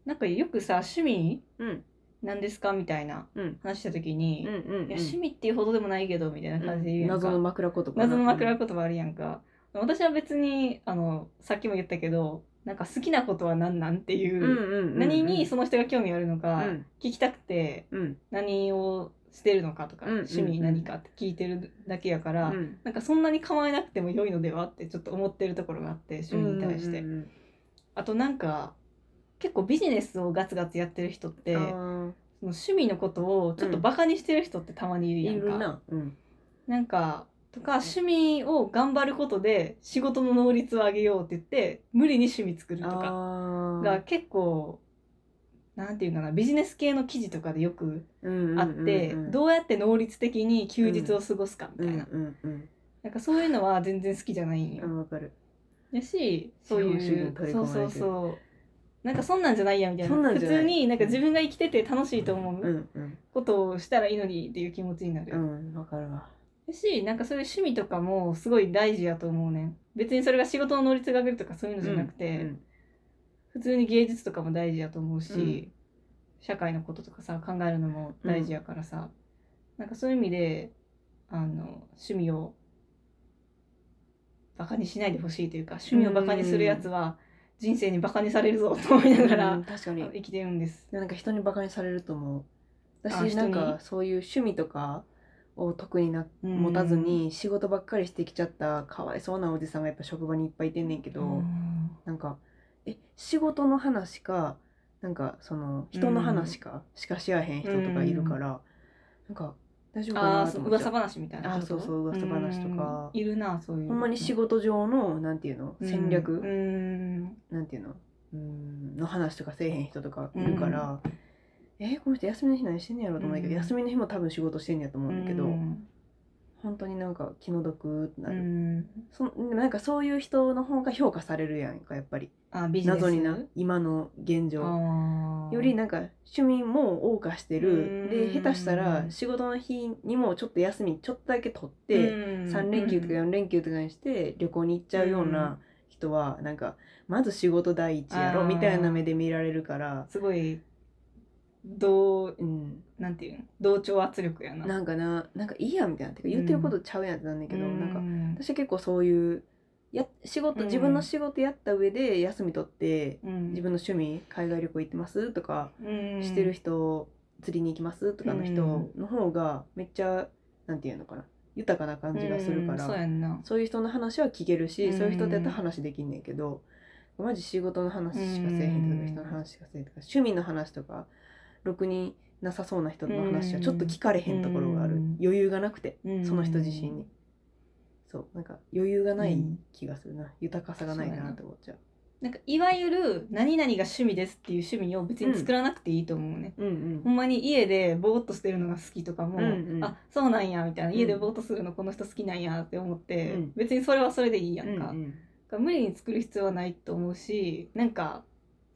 Speaker 2: なんかよくさ趣味
Speaker 1: うん
Speaker 2: なんですかみたいな
Speaker 1: うん
Speaker 2: 話した時
Speaker 1: う
Speaker 2: に、
Speaker 1: んうんうん。
Speaker 2: いや趣味っていうほどでもないけどみたいな感じで言う
Speaker 1: うん
Speaker 2: やんか、
Speaker 1: 謎の枕言葉な。
Speaker 2: 謎の枕言葉あるやんか私は別にあのさっきも言ったけどなんか好きなことは何なんっていうう、
Speaker 1: んうんうんうん。
Speaker 2: 何にその人が興味あるの
Speaker 1: う
Speaker 2: か
Speaker 1: ん
Speaker 2: 聞きたくて
Speaker 1: うん
Speaker 2: 何をしてるのかとか、
Speaker 1: うんうん
Speaker 2: 趣味何かって聞いてるだけやから、
Speaker 1: うん
Speaker 2: なんかそんなに構えなくても良いのではってちょっと思ってるところがあって趣味に対して、
Speaker 1: うんうん
Speaker 2: あとなんか結構ビジネスをガツガツやってる人って
Speaker 1: う
Speaker 2: その
Speaker 1: ん、あ
Speaker 2: 趣味のことをちょっとバカにしてる人ってたまにい
Speaker 1: ー
Speaker 2: る
Speaker 1: い
Speaker 2: やんか、
Speaker 1: るな。うん。
Speaker 2: なんかとか趣味を頑張ることで仕事の能率を上げようって言って無理に趣味作るとか
Speaker 1: あ
Speaker 2: が結構なんていうかなビジネス系の記事とかでよくあ
Speaker 1: あ
Speaker 2: って、どうやって能率的に休日を過ごすかみたいな、
Speaker 1: うんうん
Speaker 2: なんかそういうのは全然好きじゃないんよ
Speaker 1: う。ん。あわかる。
Speaker 2: やしそうい
Speaker 1: 資本主義
Speaker 2: う
Speaker 1: に取り
Speaker 2: そ
Speaker 1: 込ま
Speaker 2: う
Speaker 1: れて
Speaker 2: そうそうなんかそんなんじゃないやみたいな
Speaker 1: そんなん
Speaker 2: 普
Speaker 1: じゃない
Speaker 2: 通になんか自分が生きてて楽しいと思
Speaker 1: う
Speaker 2: うん
Speaker 1: うん。
Speaker 2: ことをしたらいいのにっていう気持ちになる。
Speaker 1: うん、わかるわ。
Speaker 2: だしなんかそういう趣味とかもすごい大事やと思うねん別にそれが仕事の能率が上げるとかそういうのじゃなくて、
Speaker 1: うん
Speaker 2: 普通に芸術とかも大事やと思うし、
Speaker 1: うん
Speaker 2: 社会のこととかさ考えるのも大事やからさ、なんかそういう意味であの趣味をバカにしないでほしいというか趣味をバカにするやつは人生にバカにされるぞと思いながら、
Speaker 1: うん確かに
Speaker 2: 生きてるんです。
Speaker 1: なんか人にバカにされると思う
Speaker 2: あ
Speaker 1: 私
Speaker 2: 人
Speaker 1: なん
Speaker 2: に
Speaker 1: かそういう趣味とかを特にな
Speaker 2: うん
Speaker 1: 持たずに仕事ばっかりしてきちゃったかわいそうなおじさんがやっぱ職場にいっぱいいてんねんけど、
Speaker 2: うん
Speaker 1: なんかえ仕事の話かなんかその人の話か、しかしやへん人とかいるから、なんか大丈夫か
Speaker 2: あ
Speaker 1: な
Speaker 2: あ
Speaker 1: と
Speaker 2: そう
Speaker 1: 思っちゃ
Speaker 2: 噂
Speaker 1: う
Speaker 2: 話みたいな
Speaker 1: あそうそう噂話とか
Speaker 2: うんいるなそういう
Speaker 1: ほんまに仕事上のなんていうの戦略、
Speaker 2: うんうん
Speaker 1: なんていうのうーんの話とかせえへん人とかいるから、えーこの人休みの日何してんねやろと思うんだけど、
Speaker 2: うん
Speaker 1: 休みの日も多分仕事してんねやと思うんだけど、
Speaker 2: うん
Speaker 1: 本当になんか気の毒ってな
Speaker 2: う
Speaker 1: る、
Speaker 2: ん
Speaker 1: そんなんかそういう人の方が評価されるやんかやっぱり
Speaker 2: あビジネス
Speaker 1: 謎にな今の現状
Speaker 2: あー
Speaker 1: よりなんか趣味も謳歌してる、
Speaker 2: うん
Speaker 1: で下手したら仕事の日にもちょっと休みちょっとだけ取って、
Speaker 2: うん
Speaker 1: 3連休とか4連休とかにして旅行に行っちゃうような人はなんかまず仕事第一やろ
Speaker 2: あー
Speaker 1: みたいな目で見られるから、
Speaker 2: すごい同
Speaker 1: うん、
Speaker 2: なんていうの同調圧力やな
Speaker 1: なんかななんかいいやみたいなてか言ってることちゃうやんってなんだけど、
Speaker 2: うん
Speaker 1: なんか私結構そういうや仕事
Speaker 2: うん
Speaker 1: 自分の仕事やった上で休み取って
Speaker 2: うん
Speaker 1: 自分の趣味海外旅行行ってますとかしてる人釣りに行きますとかの人の方がめっちゃなんていうのかな豊かな感じがするか
Speaker 2: うんそう
Speaker 1: ら
Speaker 2: やんな
Speaker 1: そういう人の話は聞けるし
Speaker 2: うん
Speaker 1: そういう人とやったら話できんねんけどマジ仕事の話しかせえへんと
Speaker 2: う
Speaker 1: か
Speaker 2: ん
Speaker 1: 人の話しかせえへんとか趣味の話とかろくになさそうな人の話はちょっと聞かれへんところがある
Speaker 2: うん
Speaker 1: 余裕がなくてその人自身
Speaker 2: うん
Speaker 1: にそうなんか余裕がない気がするな豊かさがないかなって思っちゃう
Speaker 2: なんかいわゆる何々が趣味ですっていう趣味を別に作らなくていいと思うね
Speaker 1: うん
Speaker 2: ほんまに家でぼーっとしてるのが好きとかも、
Speaker 1: うんうん
Speaker 2: あそうなんやみたいな
Speaker 1: うん
Speaker 2: 家でぼーっとするのこの人好きなんやって思って、
Speaker 1: うん
Speaker 2: 別にそれはそれでいいや
Speaker 1: うん
Speaker 2: んか、
Speaker 1: うん
Speaker 2: だから無理に作る必要はないと思うしなんか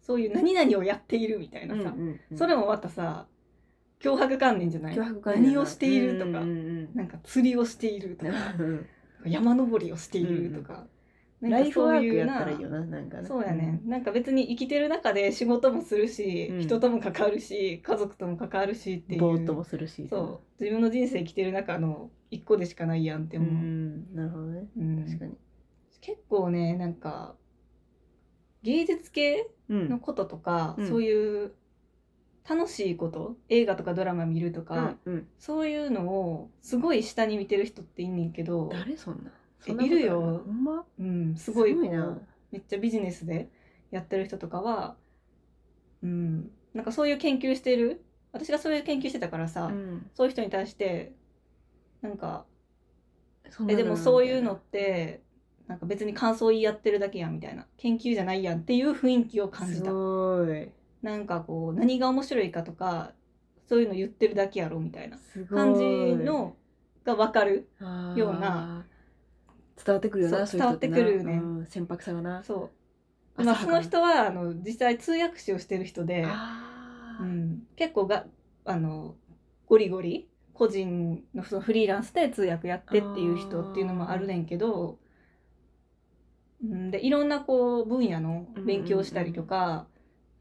Speaker 2: そういう何々をやっているみたいなさ、
Speaker 1: うんうん
Speaker 2: それもまたさ脅迫観念じゃない
Speaker 1: 脅迫観念だな
Speaker 2: 何をしているとか
Speaker 1: うんうん
Speaker 2: なんか釣りをしていると
Speaker 1: う
Speaker 2: か
Speaker 1: ん
Speaker 2: 山登りをしているとか,、
Speaker 1: うんラ
Speaker 2: なんか
Speaker 1: イフ
Speaker 2: そ
Speaker 1: ワ
Speaker 2: う
Speaker 1: ーク
Speaker 2: いう
Speaker 1: やっ
Speaker 2: な
Speaker 1: たらいいよななんかな
Speaker 2: そうやね、なんか別に生きてる中で仕事もするし、
Speaker 1: うん
Speaker 2: 人とも関わるし家族とも関わるしっていう
Speaker 1: ぼーっともするし
Speaker 2: そう自分の人生生きてる中の一個でしかないやんって
Speaker 1: う
Speaker 2: 思う、
Speaker 1: んなるほどね
Speaker 2: うん
Speaker 1: 確かに
Speaker 2: 結構ねなんか芸術系
Speaker 1: うん
Speaker 2: のこととか、
Speaker 1: うん
Speaker 2: そういう楽しいこと映画とかドラマ見るとか、
Speaker 1: うんうん
Speaker 2: そういうのをすごい下に見てる人っていんねんけど、
Speaker 1: 誰そんな
Speaker 2: え
Speaker 1: そんなこと
Speaker 2: いるよ
Speaker 1: ほんま
Speaker 2: うん、すごい
Speaker 1: す
Speaker 2: こ
Speaker 1: ご
Speaker 2: う
Speaker 1: いな
Speaker 2: めっちゃビジネスでやってる人とかは、うん、なんかそういう研究してる私がそういう研究してたからさ、
Speaker 1: うん
Speaker 2: そういう人に対してなんか
Speaker 1: そんな
Speaker 2: え
Speaker 1: の
Speaker 2: でもそういうのってなんか別に感想言い合ってるだけやんみたいな研究じゃないやんっていう雰囲気を感じ
Speaker 1: す
Speaker 2: た
Speaker 1: ごい
Speaker 2: なんかこう何が面白いかとかそういうの言ってるだけやろみたいな
Speaker 1: すごい
Speaker 2: 感じのが分かるような
Speaker 1: あー伝わってくるよな
Speaker 2: そう
Speaker 1: い人
Speaker 2: 伝わってくるよね
Speaker 1: うん船舶さがな
Speaker 2: そう、まあ、
Speaker 1: 浅
Speaker 2: そ
Speaker 1: はかな
Speaker 2: の人はあの実際通訳士をしてる人で、
Speaker 1: あ
Speaker 2: う
Speaker 1: ー
Speaker 2: ん、結構があのゴリゴリ個人のそのフリーランスで通訳やってっていう人っていうのもあるねんけど、うん、でいろんなこう分野の勉強をしたりとか、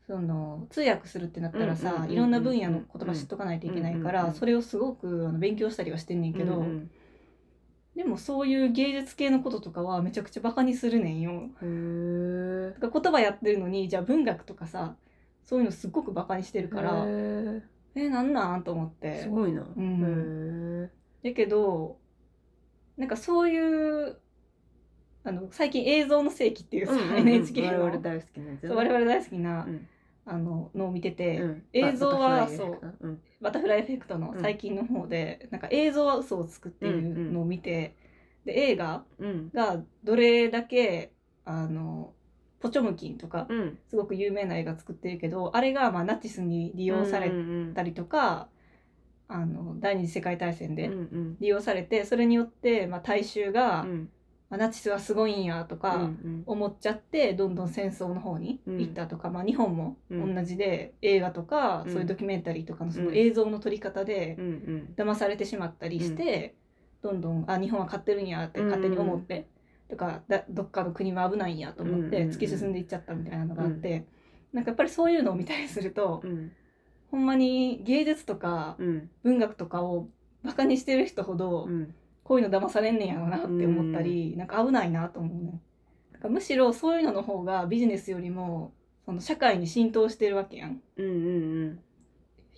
Speaker 2: その通訳するってなったらさ、
Speaker 1: うんうんうんうん
Speaker 2: いろんな分野の言葉知っとかないといけないから、
Speaker 1: うんうんうん
Speaker 2: それをすごくあの勉強したりはしてんねんけど、
Speaker 1: うん
Speaker 2: でもそういう芸術系のこととかはめちゃくちゃバカにするねんよ。
Speaker 1: うんへえ
Speaker 2: だから言葉やってるのにじゃあ文学とかさそういうのすっごくバカにしてるから、
Speaker 1: へ
Speaker 2: えなんなんと思っ
Speaker 1: え
Speaker 2: て
Speaker 1: すごいなへ
Speaker 2: ん
Speaker 1: え
Speaker 2: だけどなんかそういうあの最近映像の世紀っていうさ、
Speaker 1: うんうんうん
Speaker 2: NHK の
Speaker 1: 我々大好きなやつ
Speaker 2: そう我々大好きな、
Speaker 1: うん
Speaker 2: あののを見てて、
Speaker 1: うん
Speaker 2: 映像
Speaker 1: バタフ
Speaker 2: は
Speaker 1: ライエフェクトうん
Speaker 2: バタフライエフェクトの最近の方で、なんか映像は嘘をつくっていうのを見て、で映画
Speaker 1: うん
Speaker 2: がどれだけあのポチョムキンとか
Speaker 1: うん
Speaker 2: すごく有名な映画作ってるけどあれがまあナチスに利用され
Speaker 1: うんうん
Speaker 2: たりとか、あの第二次世界大戦
Speaker 1: う
Speaker 2: で
Speaker 1: んうん
Speaker 2: 利用されて、それによって、まあ、大衆
Speaker 1: う
Speaker 2: が、
Speaker 1: ん
Speaker 2: あナチスはすごいんやと
Speaker 1: うんう
Speaker 2: か
Speaker 1: ん
Speaker 2: 思っちゃってどんどん戦争の方に行ったとか、まあ、日本も
Speaker 1: うん
Speaker 2: 同じで、映画とか、
Speaker 1: うん
Speaker 2: そういうドキュメンタリーとかのそうの
Speaker 1: ん
Speaker 2: 映像の撮り方で
Speaker 1: うんうん
Speaker 2: 騙されてしまったりして、どんどんあ日本は勝ってるんやって勝手に思って、とかだどっかの国は危ないんやと思って
Speaker 1: うん
Speaker 2: 突き進んでいっちゃったみたいなのがあって、なんかやっぱりそういうのを見たりすると、
Speaker 1: うん
Speaker 2: ほんまに芸術とか
Speaker 1: うん
Speaker 2: 文学とかをバカにしてる人ほど、
Speaker 1: うん
Speaker 2: こういうの騙されんねんやろなって思ったり、なんか危ないなと思うね。だからむしろそういうのの方がビジネスよりもその社会に浸透してるわけやん。
Speaker 1: うんうん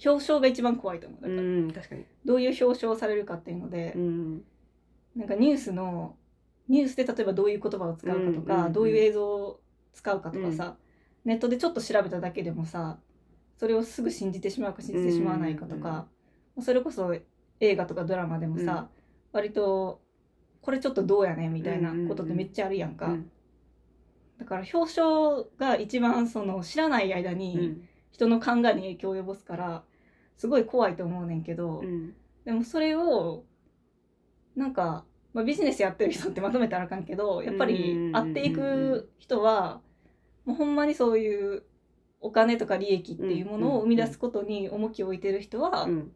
Speaker 2: 表彰が一番怖いと思う。だ
Speaker 1: う
Speaker 2: から
Speaker 1: んうん確かに
Speaker 2: どういう表彰をされるかっていうので
Speaker 1: う、ん
Speaker 2: なんかニュースのニュースで例えばどういう言葉を使うかとか、
Speaker 1: うんうんうん
Speaker 2: どういう映像を使うかとかさ、ネットでちょっと調べただけでもさそれをすぐ信じてしまうか信じてしまわないかと
Speaker 1: うんうんうん
Speaker 2: か、それこそ映画とかドラマでもさ、割とこれちょっとどうやねんみたいなことってめっちゃあるやんか、
Speaker 1: うん
Speaker 2: だから表彰が一番その知らない間
Speaker 1: う
Speaker 2: に
Speaker 1: ん
Speaker 2: 人の考えに影響を及ぼすからすごい怖いと思うねんけど、
Speaker 1: うん
Speaker 2: でもそれをなんか、まあ、ビジネスやってる人ってまとめたらあかんけどやっぱり会っていく人はもうほんまにそういうお金とか利益っていうものを生み出すことに重きを置いてる人は
Speaker 1: うん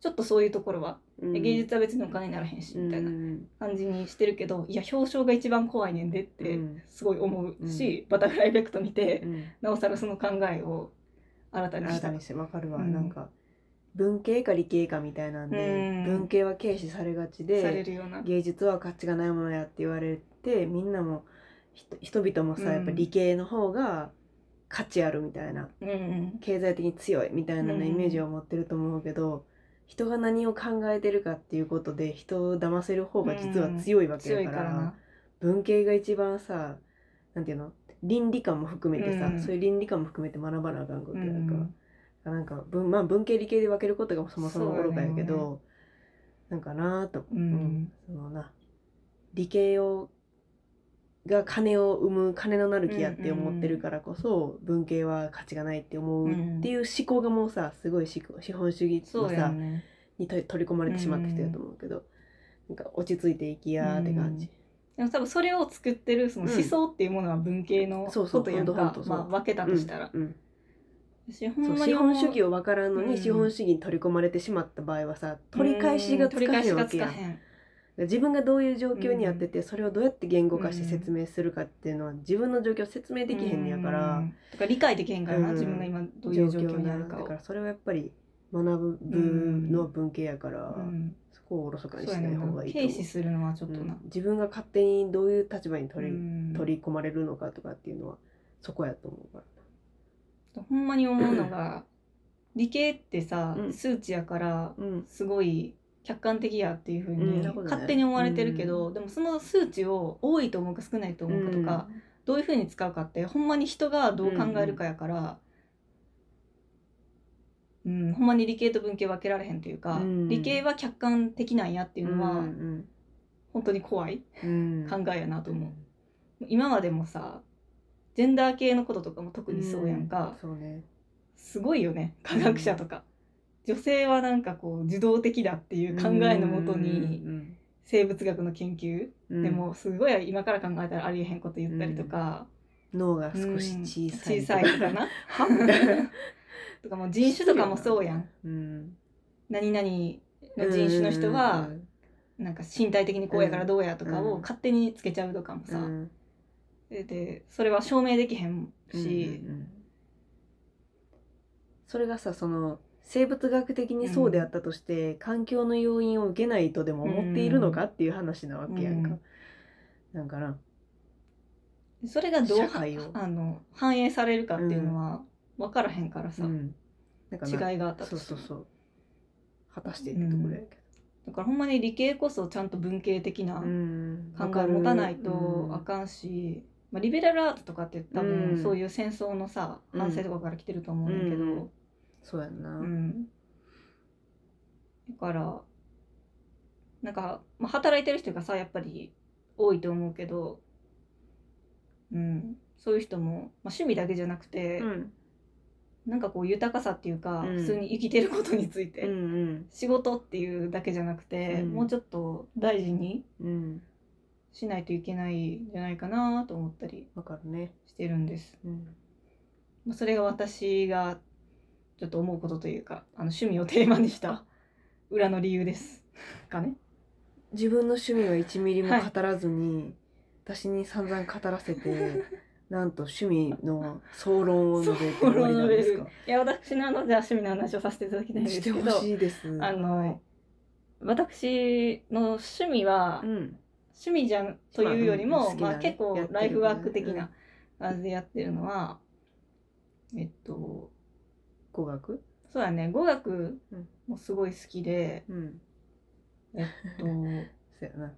Speaker 2: ちょっとそういうところは
Speaker 1: うん
Speaker 2: 芸術は別にお金にならへんしみたいな
Speaker 1: うん
Speaker 2: 感じにしてるけどいや表彰が一番怖いねんでっ
Speaker 1: う
Speaker 2: て
Speaker 1: ん
Speaker 2: すごい思うしバタフライエフェクト見て
Speaker 1: うん
Speaker 2: なおさらその考えを新たに
Speaker 1: 新
Speaker 2: した
Speaker 1: た。にしてわかるわ、
Speaker 2: うん
Speaker 1: なんか文系か理系かみたいなんで、
Speaker 2: うん
Speaker 1: 文系は軽視されがち
Speaker 2: され
Speaker 1: で
Speaker 2: るような
Speaker 1: 芸術は価値がないものやって言われてみんなもひと人々もさ、
Speaker 2: うん
Speaker 1: やっぱ理系の方が価値あるみたいな
Speaker 2: うんうん
Speaker 1: 経済的に強いみたいなね、
Speaker 2: うん
Speaker 1: イメージを持ってると思うけど人が何を考えてるかっていうことで人を騙せる方が実は強いわけ
Speaker 2: 強
Speaker 1: だ
Speaker 2: い
Speaker 1: か,、
Speaker 2: かららな。
Speaker 1: 文系が一番さなんていうの倫理観も含めてさ、
Speaker 2: うん
Speaker 1: そういう倫理観も含めて学ばなあかんこと
Speaker 2: う
Speaker 1: や
Speaker 2: ん
Speaker 1: から。なんか文,、まあ、文系理系で分けることがそもそも
Speaker 2: そうだよ
Speaker 1: 愚
Speaker 2: ね
Speaker 1: かやけど、なんかなーと、
Speaker 2: う
Speaker 1: うんそのな理系をが金を生む金のなる木やって思ってるからこそ、文系は価値がないって思うっていう思考がもうさすごい思考資本主義
Speaker 2: そ
Speaker 1: の
Speaker 2: うや
Speaker 1: さ、
Speaker 2: ね。
Speaker 1: にと取り込まれてしまった人やと思うけど、なんか落ち着いていきやーって感じ。
Speaker 2: でも多分それを作ってるその
Speaker 1: うん
Speaker 2: 思想っていうものは文系の
Speaker 1: そ
Speaker 2: こ
Speaker 1: うそう
Speaker 2: とやん
Speaker 1: ほん
Speaker 2: か
Speaker 1: とほんとそう
Speaker 2: まあ分けたとしたら。
Speaker 1: うんうん
Speaker 2: 私ほ
Speaker 1: そ
Speaker 2: ん
Speaker 1: う
Speaker 2: ま
Speaker 1: 資
Speaker 2: に思う
Speaker 1: 本主義を分からんの
Speaker 2: うん
Speaker 1: に資本主義に取り込まれてしまった場合はさ取り返しがつ
Speaker 2: 取り
Speaker 1: か
Speaker 2: 返
Speaker 1: へ
Speaker 2: し
Speaker 1: んわ
Speaker 2: が
Speaker 1: け
Speaker 2: つ
Speaker 1: や
Speaker 2: か
Speaker 1: ん
Speaker 2: へん。
Speaker 1: だから自分がどういう状況にあってて、それをどうやって言語化して
Speaker 2: うん
Speaker 1: 説明するかっていうのは自分の状況を説明できへんのやから、
Speaker 2: うん。とか理解できへんからな
Speaker 1: うん
Speaker 2: 自分が今どういう状況にあ
Speaker 1: な
Speaker 2: るか
Speaker 1: だ
Speaker 2: を
Speaker 1: か。らそれはやっぱり学ぶの文系やから、
Speaker 2: うん
Speaker 1: そこをおろそかに
Speaker 2: そう
Speaker 1: しな
Speaker 2: やね
Speaker 1: い
Speaker 2: ん
Speaker 1: 方
Speaker 2: な
Speaker 1: がいいと
Speaker 2: 軽
Speaker 1: 思う
Speaker 2: 視するのはちょっ
Speaker 1: う
Speaker 2: とな。
Speaker 1: ん自分が勝手にどういう立場に取り,、
Speaker 2: 取
Speaker 1: 取り込まれるのかとかっていうのはそこやと思うから。
Speaker 2: ほんまに思うのが理系ってさ
Speaker 1: うん
Speaker 2: 数値やから
Speaker 1: うん
Speaker 2: すごい客観的やっていうふう
Speaker 1: うん
Speaker 2: に
Speaker 1: なるほどね
Speaker 2: 勝手に思われてるけどでもその数値を多いと思うか少ないと思うかとかどういうふうに使うかってほんまに人がどう考えるかやから、うん、ほんまに理系と文系分けられへんというか、
Speaker 1: うん
Speaker 2: 理系は客観的なんやっていうのは、
Speaker 1: うん
Speaker 2: 本当に怖い
Speaker 1: うん
Speaker 2: 考えやなと思う、今までもさジェンダー系のこととかも特にそうやんか、
Speaker 1: うんそうね
Speaker 2: すごいよね科学者とか、女性はなんかこう受動的だっていう考えのもとに
Speaker 1: うん
Speaker 2: 生物学の研究、
Speaker 1: うん
Speaker 2: でもすごい今から考えたらありえへんこと言ったりとか、
Speaker 1: 脳が少し小さい
Speaker 2: 小さいとかな
Speaker 1: はみたい な
Speaker 2: とかもう人種とかもそうやん
Speaker 1: うん
Speaker 2: 何々の人種の人はなんか身体的にこうやからどうやとか
Speaker 1: う
Speaker 2: を
Speaker 1: ん
Speaker 2: 勝手につけちゃうとかもさ、
Speaker 1: うん
Speaker 2: でそれは証明できへんし、
Speaker 1: うんうんうんそれがさその生物学的にそうであったとして、環境の要因を受けないとでも思っているのかっていう話なわけやんか、
Speaker 2: うん
Speaker 1: なんかな
Speaker 2: それがどう
Speaker 1: 社会を
Speaker 2: あの反映されるかっていうのは分からへんからさ、
Speaker 1: うんなんかな
Speaker 2: 違いがあった
Speaker 1: そ
Speaker 2: と
Speaker 1: う
Speaker 2: して
Speaker 1: そう
Speaker 2: も
Speaker 1: そう果たしてってところやけ
Speaker 2: だからほんまに理系こそちゃんと文系的な
Speaker 1: ど、うん
Speaker 2: 考え持たないと
Speaker 1: わ
Speaker 2: あ
Speaker 1: か
Speaker 2: かんし、まあ、リベラルアートとかって多
Speaker 1: う
Speaker 2: 分
Speaker 1: ん
Speaker 2: そういう戦争のさ、
Speaker 1: うん
Speaker 2: 反省とかから来てると思うんだけ
Speaker 1: う
Speaker 2: ど
Speaker 1: ん、るそうやんな、
Speaker 2: うんだからなんか、まあ、働いてる人がさやっぱり多いと思うけど、うん、そういう人も、まあ、趣味だけじゃなくて、
Speaker 1: うん
Speaker 2: なんかこう豊かさっていうか、
Speaker 1: うん
Speaker 2: 普通に生きてることについて。
Speaker 1: うん
Speaker 2: 仕事っていうだけじゃなくて、
Speaker 1: うん
Speaker 2: もうちょっと大事に
Speaker 1: うんうん
Speaker 2: しないといけないんじゃないかなと思ったり
Speaker 1: わかるね、
Speaker 2: してるんです。
Speaker 1: うん、
Speaker 2: まあそれが私がちょっと思うことというか、あの趣味をテーマにした裏の理由です。かね。
Speaker 1: 自分の趣味は1ミリも
Speaker 2: はい
Speaker 1: 語らずに、私に散々語らせ てなんと趣味の総論を述べて終わりなんですか
Speaker 2: いや、私のあの、じゃあ趣味の話をさせていただきたいんで
Speaker 1: し
Speaker 2: す
Speaker 1: て
Speaker 2: け
Speaker 1: ほ
Speaker 2: ど、
Speaker 1: しいです
Speaker 2: あの、
Speaker 1: はい
Speaker 2: 私の趣味は、
Speaker 1: うん
Speaker 2: 趣味じゃんというよりも、
Speaker 1: まあうん
Speaker 2: まあ
Speaker 1: 好きなね
Speaker 2: 結
Speaker 1: や
Speaker 2: 構
Speaker 1: ってる
Speaker 2: ライフワーク的
Speaker 1: ね
Speaker 2: な感じでやってるのは、えっと、
Speaker 1: 語学
Speaker 2: そうだね、語学
Speaker 1: うん
Speaker 2: もすごい好きで、
Speaker 1: うん
Speaker 2: えっ と、
Speaker 1: そうやな、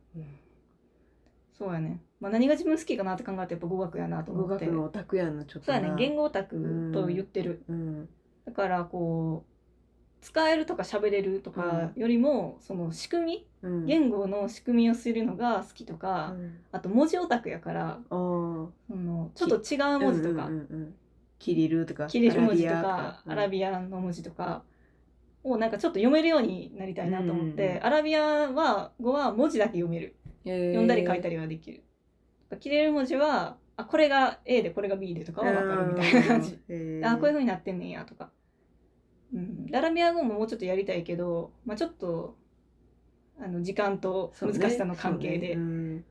Speaker 2: そうやね、まあ、何が自分好きかなって考えてやっぱ語学やなと
Speaker 1: 語
Speaker 2: 思って
Speaker 1: 学のオタクやんのちょっと
Speaker 2: そう
Speaker 1: な
Speaker 2: やね言語オタクと言ってる、
Speaker 1: うん
Speaker 2: だからこう使えるとか喋れるとかよりも、その仕組
Speaker 1: うん
Speaker 2: み言語の仕組みをするのが好きとか、
Speaker 1: うん
Speaker 2: あと文字オタクやから
Speaker 1: あー
Speaker 2: そのちょっと違う文字とか、
Speaker 1: うんうんうんうんキリルとか
Speaker 2: キリル文字とかアラ
Speaker 1: アビ
Speaker 2: ビアの文字とかをなんかちょっと読めるようになりたいなと思って、
Speaker 1: うんうんうん
Speaker 2: アラビアは語は文字だけ読める読んだり書いたりはできる。切れる文字はあこれが A でこれが B でとかは分かるみたいな感 じ。あこういう風になってんねんやとか。うん、アラビア語ももうちょっとやりたいけど、まあ、ちょっとあの時間と難しさの関係で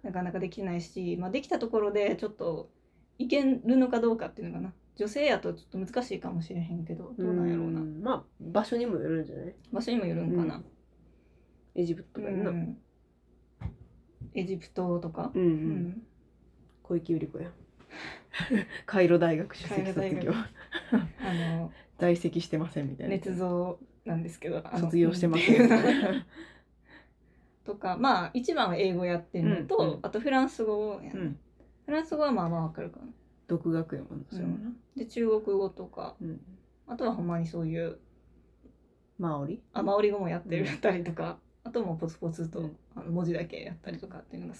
Speaker 2: なかなかできないし、まあ、できたところでちょっといけるのかどうかっていうのかな女性やとちょっと難しいかもしれへんけどどうなんやろうな、
Speaker 1: まあ場所にもよるんじゃない
Speaker 2: 場所にもよるんかな、
Speaker 1: エジプトとかにな、
Speaker 2: うんエジプトとか、
Speaker 1: うんう、
Speaker 2: うん
Speaker 1: 小池百合子や カイロ大学首席卒
Speaker 2: カイロ
Speaker 1: 業
Speaker 2: 大あの
Speaker 1: 在籍してませんみたいな
Speaker 2: 捏造なんですけどあの
Speaker 1: 卒業してませんみたいな
Speaker 2: とかまあ一番は英語やってるのと、
Speaker 1: うんうん
Speaker 2: あとフランス語や、
Speaker 1: うん
Speaker 2: フランス語はまあまあわかるかな
Speaker 1: 独学やもんなそれはな
Speaker 2: で中国語とか
Speaker 1: うん
Speaker 2: あとはほんまにそういう
Speaker 1: マオリ
Speaker 2: あマオリ語もやって
Speaker 1: う
Speaker 2: る
Speaker 1: ん
Speaker 2: たりとか、あともうポツポツと、
Speaker 1: うん
Speaker 2: あの文字だけやったりとかっていうのが好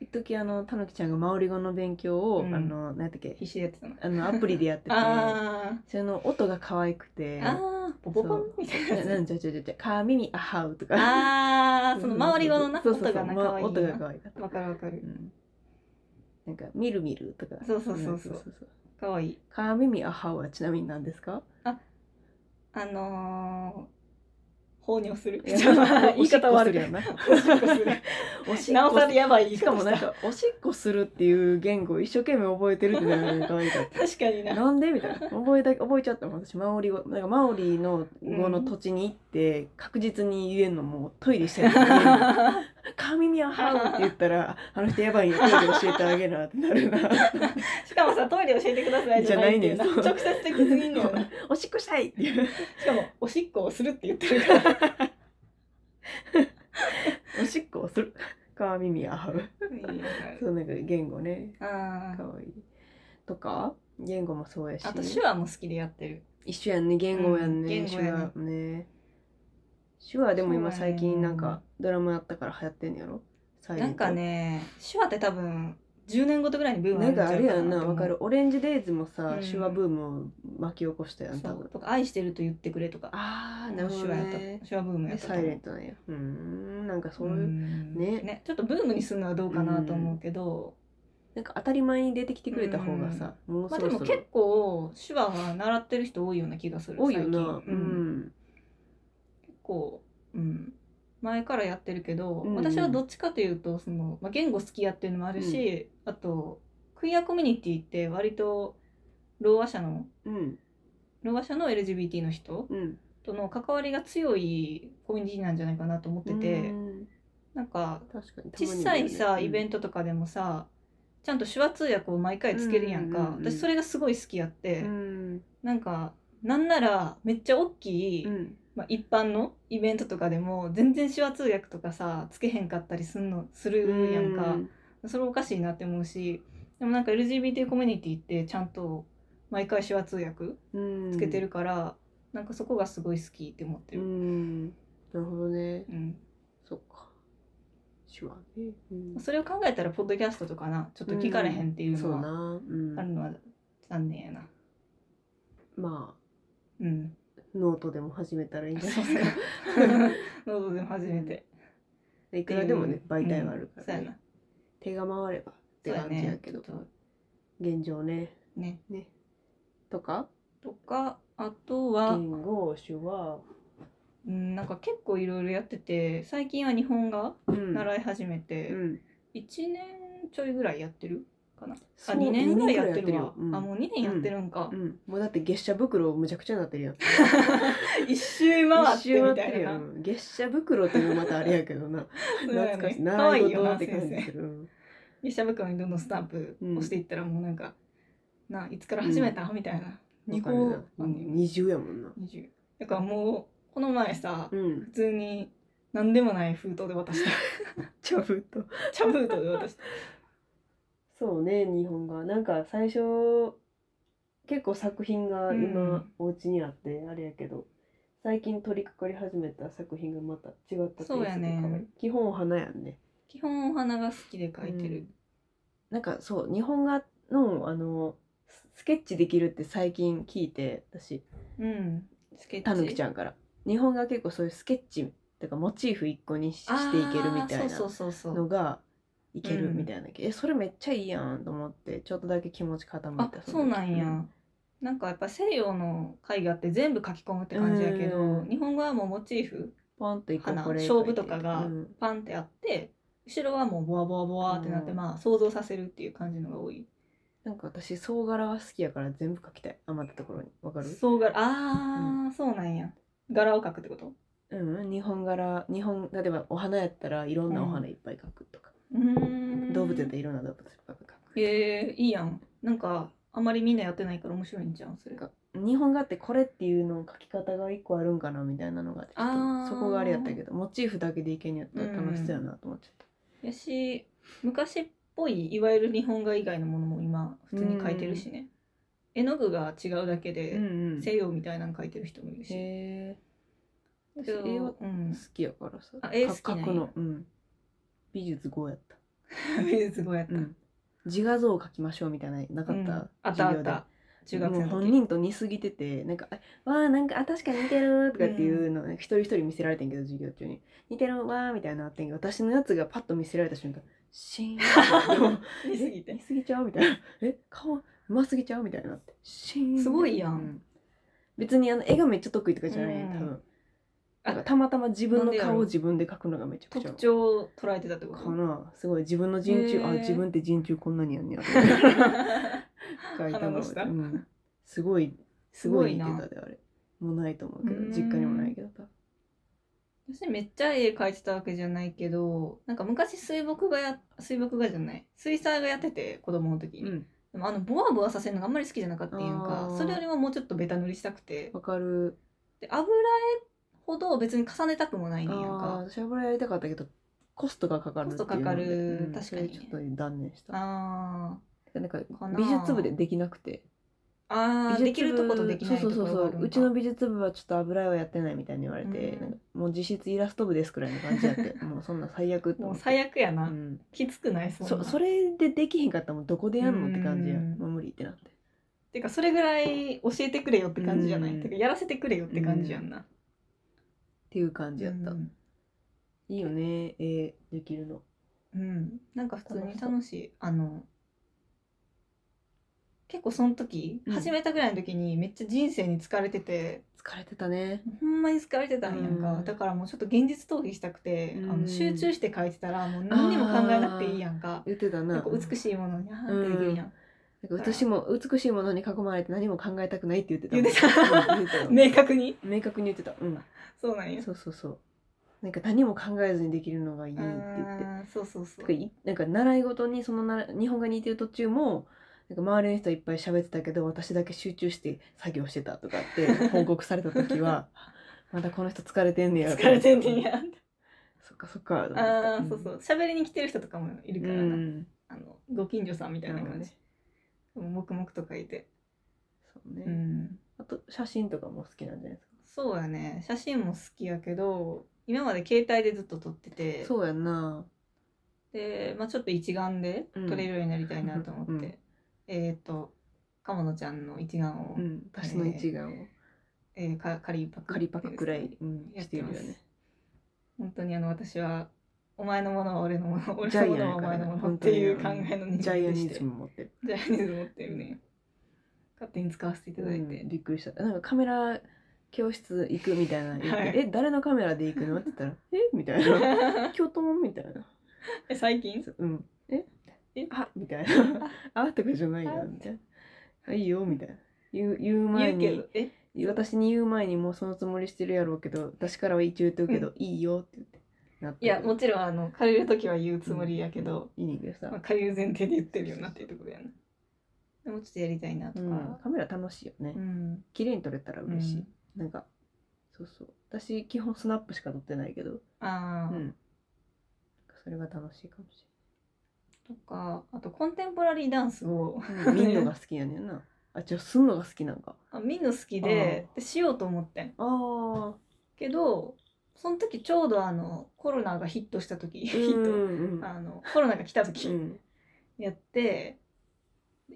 Speaker 1: 一時あのたぬきちゃんがマオリ語の勉強を、
Speaker 2: うん
Speaker 1: あの何やったっけ
Speaker 2: き必死でやってたの
Speaker 1: あのアプリでやってて
Speaker 2: あ
Speaker 1: それの音が可愛くて
Speaker 2: ーあーポポポン
Speaker 1: そ
Speaker 2: みたいなや
Speaker 1: ななん
Speaker 2: つ
Speaker 1: じゃじゃじゃじゃカーミミアハウとか
Speaker 2: あ ーそのマオリ語のな
Speaker 1: そうそうそう
Speaker 2: 音がな
Speaker 1: ま
Speaker 2: 可愛い
Speaker 1: 音が
Speaker 2: な
Speaker 1: 可愛かった
Speaker 2: わかるわかる
Speaker 1: うんなんかみるみるとか
Speaker 2: そうそうそうそうん
Speaker 1: そう
Speaker 2: 可愛い
Speaker 1: カーミミアハウはちなみに何ですか
Speaker 2: あのー、放尿する。
Speaker 1: いや
Speaker 2: ちょっと 言い方悪い
Speaker 1: おしっこするやんな
Speaker 2: おしっ こ する
Speaker 1: おし
Speaker 2: なおさらやばい言い
Speaker 1: しか
Speaker 2: 方
Speaker 1: も
Speaker 2: し
Speaker 1: なん
Speaker 2: た。
Speaker 1: かおしっこするっていう言語を一生懸命覚えてるっていうのが可愛かった
Speaker 2: 確かに
Speaker 1: な
Speaker 2: な。
Speaker 1: んでみたいな覚えた覚えちゃったもん私マオリ語なんかマオリの語の土地に行って確実に言えんのもうトイレしてる カーミミアハウって言ったらあの人やばいよトイレ教えてあげなってなる な
Speaker 2: しかもさ、トイレ教えてくださいじゃないっていうな。
Speaker 1: じゃないねんそう
Speaker 2: 直接的すぎんのよな。
Speaker 1: おしっこしたいっていう
Speaker 2: しかも、おしっこをするって言ってるから。
Speaker 1: おしっこをするカーミミアハウそうなんか言語ね
Speaker 2: あ
Speaker 1: 可愛いとか言語もそうやし
Speaker 2: あと手話も好きでやってる。
Speaker 1: 一緒やんね言語やんね、
Speaker 2: うん
Speaker 1: 手
Speaker 2: 言語や
Speaker 1: 話
Speaker 2: ね
Speaker 1: ね手話でも今
Speaker 2: そうやね
Speaker 1: 最近なんかドラマやったから流行ってんやろサイレ
Speaker 2: な
Speaker 1: ン
Speaker 2: ん
Speaker 1: ト
Speaker 2: かね手話って多分10年ごとぐらいにブーム
Speaker 1: なんかあ
Speaker 2: る
Speaker 1: れ
Speaker 2: んちゃう
Speaker 1: やんな
Speaker 2: と思
Speaker 1: わ
Speaker 2: う
Speaker 1: かるオレンジデイズもさ、
Speaker 2: うん
Speaker 1: 手話ブームを巻き起こしたやん
Speaker 2: そ
Speaker 1: 多分
Speaker 2: うとか愛してると言ってくれとか
Speaker 1: ああな
Speaker 2: 手
Speaker 1: るほ
Speaker 2: 話
Speaker 1: ど
Speaker 2: やった
Speaker 1: ね
Speaker 2: 手話ブームや
Speaker 1: で
Speaker 2: ったと
Speaker 1: サ
Speaker 2: 思
Speaker 1: イ
Speaker 2: う
Speaker 1: レントなんやうーんなんかそういう、
Speaker 2: ん
Speaker 1: ね
Speaker 2: ねちょっとブームにするのはどうかなと思うけど、
Speaker 1: なんか当たり前に出てきてくれた方がさ、もう
Speaker 2: ま
Speaker 1: そ
Speaker 2: あで
Speaker 1: ろそ
Speaker 2: も
Speaker 1: ろ
Speaker 2: 結構手話は習ってる人多いような気がする
Speaker 1: 多いよな
Speaker 2: 最近うん結構、うん、前からやってるけど、
Speaker 1: うんうん
Speaker 2: 私はどっちかというとその、まあ、言語好きやっていうのもあるし、あとクイアコミュニティって割とろうあ者の
Speaker 1: うんうん
Speaker 2: ろうあ者の LGBT の人
Speaker 1: うん
Speaker 2: との関わりが強いコミュニティなんじゃないかなと思ってて、
Speaker 1: うん
Speaker 2: なんか
Speaker 1: 確かに
Speaker 2: 小さいさ、イベン
Speaker 1: ト
Speaker 2: トとかでもさちゃんと手話通訳を毎回つけるやんか、
Speaker 1: うんうんうん
Speaker 2: 私それがすごい好きやって、
Speaker 1: うん
Speaker 2: なんかなんならめっちゃ大きい、
Speaker 1: うん
Speaker 2: まあ、一般のイベントとかでも全然手話通訳とかさつけへんかったりすんのするやんか、それおかしいなって思うしでもなんか LGBT コミュニティってちゃんと毎回手話通訳
Speaker 1: うん
Speaker 2: つけてるから、なんかそこがすごい好きって思って
Speaker 1: う
Speaker 2: る。
Speaker 1: んなるほどね
Speaker 2: うん
Speaker 1: そっか手話ねうん
Speaker 2: それを考えたらポッドキャストとかなちょっと聞かれへんっていう
Speaker 1: そ
Speaker 2: の
Speaker 1: う
Speaker 2: は
Speaker 1: なう
Speaker 2: ある
Speaker 1: ん
Speaker 2: のは残念やな。
Speaker 1: ま
Speaker 2: うん。
Speaker 1: あノートでも始めたらいいんじゃない
Speaker 2: そう
Speaker 1: で
Speaker 2: っ
Speaker 1: すか
Speaker 2: すか。ノートでも初めて。
Speaker 1: いくらでもね媒体はあるか
Speaker 2: そ
Speaker 1: ら
Speaker 2: うや
Speaker 1: ね
Speaker 2: な。
Speaker 1: 手が回ればって
Speaker 2: そうや
Speaker 1: 感じや
Speaker 2: ね。
Speaker 1: けど
Speaker 2: ちょっと
Speaker 1: 現状ね
Speaker 2: ね。
Speaker 1: ねとか
Speaker 2: とか、あとは、
Speaker 1: 言語手話
Speaker 2: うん、なんか結構いろいろやってて、最近は日本画
Speaker 1: うん
Speaker 2: 習い始めて
Speaker 1: う、ん
Speaker 2: 一年ちょいぐらいやってるかな。
Speaker 1: そ
Speaker 2: あ、
Speaker 1: う
Speaker 2: 二年ぐらいやって
Speaker 1: 二
Speaker 2: るわ。
Speaker 1: 年ぐらいやってるようん
Speaker 2: あ、もう二年やってるんか
Speaker 1: う。ん、もうだって月謝袋むちゃくちゃになってるやん
Speaker 2: 一周回ってみたいな。
Speaker 1: ん月謝袋っていうのまたあれやけどな
Speaker 2: そうや
Speaker 1: 懐かしい
Speaker 2: ね。可愛い
Speaker 1: 習
Speaker 2: よな、
Speaker 1: って
Speaker 2: 先
Speaker 1: 感じ
Speaker 2: 生
Speaker 1: す。るうん
Speaker 2: 列車袋にどんどんスタンプ押していったらもうなんか、ないつから始めた、みたいな2個
Speaker 1: わか
Speaker 2: あ
Speaker 1: るなん
Speaker 2: ねん
Speaker 1: 二重やもんな
Speaker 2: 20だからもうこの前さ、
Speaker 1: うん
Speaker 2: 普通に何でもない封筒で 渡した
Speaker 1: ちゃぶと
Speaker 2: 茶封筒で渡した
Speaker 1: そうね日本がなんか最初結構作品が
Speaker 2: う
Speaker 1: 今
Speaker 2: ん
Speaker 1: お家にあってあれやけど、最近取り掛かり始めた作品がまた違った
Speaker 2: そうやね
Speaker 1: ペースで変わる基本お花やんね
Speaker 2: 基本お花が好きで描い
Speaker 1: う
Speaker 2: てる
Speaker 1: ん、なんかそう日本画のあのススケッチできるって最近聞いて私
Speaker 2: うんスケッチ
Speaker 1: たぬきち
Speaker 2: ゃん
Speaker 1: ゃんから日本画結構そういうスケッチとかモチーフ一個にししていけるみたいな
Speaker 2: そうそうそうそ
Speaker 1: の
Speaker 2: う
Speaker 1: がいける
Speaker 2: うん
Speaker 1: みたいな、えそれめっちゃいいやんと思ってちょっとだけ気持ち傾い
Speaker 2: あ
Speaker 1: た
Speaker 2: そうなんや、なんかやっぱ西洋の絵画って全部書き込むって感じやけど、
Speaker 1: うん
Speaker 2: 日本画はもうモチーフ
Speaker 1: ポンと一個
Speaker 2: 花
Speaker 1: これ
Speaker 2: 勝負とかが
Speaker 1: うん
Speaker 2: パンってあって後ろはもうボワボワボワってなって、
Speaker 1: うん
Speaker 2: まあ想像させるっていう感じのが多い
Speaker 1: なんか私総柄が好きやから全部描きたい余ったところにわかる
Speaker 2: そうがあー、そうなんや柄を描くってこと
Speaker 1: うん日本柄日本例えばお花やったらいろんなお花いっぱい描くとか、
Speaker 2: うーん
Speaker 1: 動物やったらいろんな動物いっぱい描く
Speaker 2: えー、いいやんなんかあんまりみんなやってないから面白いんじゃんそれ
Speaker 1: なんか日本画ってこれっていうのを描き方が一個あるんかなみたいなのがちょ
Speaker 2: あ
Speaker 1: っ
Speaker 2: ー
Speaker 1: とそこがあれやったけどモチーフだけでいけんやったら楽しそうやなと思っちゃった、
Speaker 2: やし昔っぽいいわゆる日本画以外のものも今普通に描いてるしね、絵の具が違うだけで、
Speaker 1: ん
Speaker 2: 西洋みたいなの描いてる人もいるし
Speaker 1: へえ
Speaker 2: けど
Speaker 1: 絵は好
Speaker 2: うん、
Speaker 1: きやからさ
Speaker 2: あ絵
Speaker 1: か
Speaker 2: 好きなんや
Speaker 1: 描くの、うん、美術5やった、
Speaker 2: すごいやった、
Speaker 1: うん、自画像を描きましょうみたいななか
Speaker 2: う
Speaker 1: っ
Speaker 2: ん
Speaker 1: た、
Speaker 2: あったあった中学生
Speaker 1: もう
Speaker 2: の
Speaker 1: 本
Speaker 2: 時
Speaker 1: 人と似すぎててなんか「あわあなんかあ確かに似てる」とかっていうの、一人一人見せられてんけど授業中に「似てるわ」みたいなのあってんけど私のやつがパッと見せられた瞬間「シーン」
Speaker 2: 見すぎ
Speaker 1: え
Speaker 2: て
Speaker 1: 似すぎちゃうみたいな 「え顔うますぎちゃう?」みたいになって「シーン」
Speaker 2: すごいやん
Speaker 1: う別にあの絵がめっちゃ得意とかじゃない、
Speaker 2: うん
Speaker 1: 多分
Speaker 2: あ
Speaker 1: なんかたまたま自分
Speaker 2: な
Speaker 1: の
Speaker 2: んでやろう
Speaker 1: 顔を自分で描くのがめちゃくちゃ
Speaker 2: 特徴を捉えてたってこ
Speaker 1: か
Speaker 2: と
Speaker 1: なすごい自分の陣中あ
Speaker 2: へえ
Speaker 1: 自分って陣中こんなにやんねやと 思って書いた
Speaker 2: 鼻
Speaker 1: の
Speaker 2: の下
Speaker 1: うん、すごいすごい似てたであれもうないと思うけど
Speaker 2: うーん
Speaker 1: 実家にもないけど多分
Speaker 2: 私めっちゃ絵描いてたわけじゃないけどなんか昔水墨画や水墨画じゃない水彩画やってて子供の時に、
Speaker 1: うん
Speaker 2: でもあのボワボワさせるのがあんまり好きじゃなかったっていう
Speaker 1: あ
Speaker 2: か
Speaker 1: ー
Speaker 2: それよりももうちょっとベタ塗りしたくて
Speaker 1: わかる
Speaker 2: で油絵ほど別に重ねたくもない
Speaker 1: あ
Speaker 2: ねんやん
Speaker 1: ー
Speaker 2: か
Speaker 1: 私はこれやりたかったけどコストがかかるっていうので
Speaker 2: コストかかる
Speaker 1: うん
Speaker 2: 確かにね
Speaker 1: それちょっと断念した
Speaker 2: あ
Speaker 1: なんか
Speaker 2: な
Speaker 1: 美術部でできなくて
Speaker 2: ああできるとことできないとこ
Speaker 1: そう
Speaker 2: ろ
Speaker 1: そう
Speaker 2: があ
Speaker 1: そうそ
Speaker 2: るん
Speaker 1: う
Speaker 2: か
Speaker 1: うちの美術部はちょっと油絵はやってないみたいに言われて、
Speaker 2: うん
Speaker 1: なんかもう実質イラスト部ですくらいの感じだって もうそんな最悪って
Speaker 2: も
Speaker 1: 思
Speaker 2: う
Speaker 1: って
Speaker 2: 最悪やな、
Speaker 1: うん、
Speaker 2: きつくないそんな
Speaker 1: そそれでできへんかったらもうどこでやんのって感じや
Speaker 2: うん
Speaker 1: もう無理ってなって
Speaker 2: てかそれぐらい教えてくれよって感じじゃない、
Speaker 1: うん
Speaker 2: てかやらせてくれよって感じやんな、
Speaker 1: っていう感じやった、
Speaker 2: うん
Speaker 1: いいよね絵できるの
Speaker 2: うん、なんか普通に楽しいあの結構その時、
Speaker 1: うん
Speaker 2: 始めたぐらいの時にめっちゃ人生に疲れてて
Speaker 1: 疲れてたね
Speaker 2: ほんまに疲れてたんやんか、
Speaker 1: うん
Speaker 2: だからもうちょっと現実逃避したくて、あ
Speaker 1: う
Speaker 2: の
Speaker 1: ん
Speaker 2: 集中して書いてたらもう何にも考えなくていいやんか
Speaker 1: 言ってた
Speaker 2: な
Speaker 1: なん
Speaker 2: か美しいものにあーってできるやん、
Speaker 1: なんか美しいも美しいものに囲まれて何も考えたくないって言ってたもん
Speaker 2: 言ってた
Speaker 1: うん言ってよ
Speaker 2: 明確に
Speaker 1: 明確に言ってたうん
Speaker 2: そうなん や
Speaker 1: そうそうそうなんか何も考えずにできるのがいいっ
Speaker 2: あ
Speaker 1: て言って
Speaker 2: ーそうそうそ
Speaker 1: て
Speaker 2: う
Speaker 1: かいなんか習い事にそのなら日本画にいてる途中もなんか周りの人はいっぱい喋ってたけど私だけ集中して作業してたとか って報告された時はまたこの人疲れてんねや
Speaker 2: 疲れてんねんや
Speaker 1: そっかそっかと思って
Speaker 2: ああそうそう喋りに来てる人とかもいる
Speaker 1: う
Speaker 2: か
Speaker 1: ん
Speaker 2: らな、
Speaker 1: うん
Speaker 2: あのご近所さんみたいな
Speaker 1: なるほ
Speaker 2: 感
Speaker 1: ど
Speaker 2: じ
Speaker 1: ね、
Speaker 2: でも黙々と書いて
Speaker 1: そうね、
Speaker 2: うん
Speaker 1: あと写真とかも好きなんじゃないですか
Speaker 2: そうやね写真も好きやけど今まで携帯でずっと撮ってて
Speaker 1: そうやんな
Speaker 2: で、まあ、ちょっと一眼で撮れるようになりたいなと思って、
Speaker 1: うんうん
Speaker 2: えっ、と鴨野ちゃんの一眼を、
Speaker 1: うん私の一眼を
Speaker 2: えーか仮パク
Speaker 1: 仮パクくらい、うん、
Speaker 2: やっ
Speaker 1: して
Speaker 2: て
Speaker 1: るよ
Speaker 2: ます
Speaker 1: ね
Speaker 2: 本当にあの私はお前のものは俺のもの俺
Speaker 1: ジャ
Speaker 2: の
Speaker 1: イ
Speaker 2: も
Speaker 1: アンや
Speaker 2: のはお
Speaker 1: から
Speaker 2: 前
Speaker 1: ね
Speaker 2: のもの
Speaker 1: 本
Speaker 2: っ
Speaker 1: 当に
Speaker 2: ていう考えの人間で
Speaker 1: ジャイアニ
Speaker 2: し
Speaker 1: ズ
Speaker 2: て
Speaker 1: ム持ってる
Speaker 2: ジャイアニズム持ってるね勝手に使わせていただいて、
Speaker 1: うんびっくりしたなんかカメラ教室行くみたいな言って、
Speaker 2: はい
Speaker 1: え誰のカメラで行くの?」って言っ たら「えみたいな「京都もみたいな
Speaker 2: え最近
Speaker 1: 「うんえ
Speaker 2: え
Speaker 1: あみたいな「あ」とかじゃないよ
Speaker 2: あ
Speaker 1: みたいな「あいいよ」みたいな言う言う前
Speaker 2: 言うけど
Speaker 1: に
Speaker 2: え
Speaker 1: 私に言う前にもうそのつもりしてるやろうけど私からは一応言ってるけど「いいよ」って言ってなって
Speaker 2: い
Speaker 1: る
Speaker 2: やもちろんあの借りる時は言うつもりやけど、
Speaker 1: いいねんけどさ、
Speaker 2: まあ、借りる前提で言ってるよなっていうところやなでもちょっとやりたいなと
Speaker 1: う
Speaker 2: か
Speaker 1: ん、カメラ楽しいよね、
Speaker 2: うん
Speaker 1: 綺麗に撮れたら嬉しい、
Speaker 2: うん
Speaker 1: なんかそうそう私基本スナップしか撮ってないけど
Speaker 2: ああ、
Speaker 1: うん、それが楽しいかもし
Speaker 2: とかあとコンテンポラリーダンスを
Speaker 1: れない、見るのが好きやねんなあじゃあすんのが好きなんか
Speaker 2: あ見んの好きででしようと思ってん
Speaker 1: あー
Speaker 2: けどその時ちょうどあのコロナがヒットした時、ヒ
Speaker 1: うん
Speaker 2: ッ
Speaker 1: うん
Speaker 2: トあのコロナが来た時、
Speaker 1: うん
Speaker 2: やって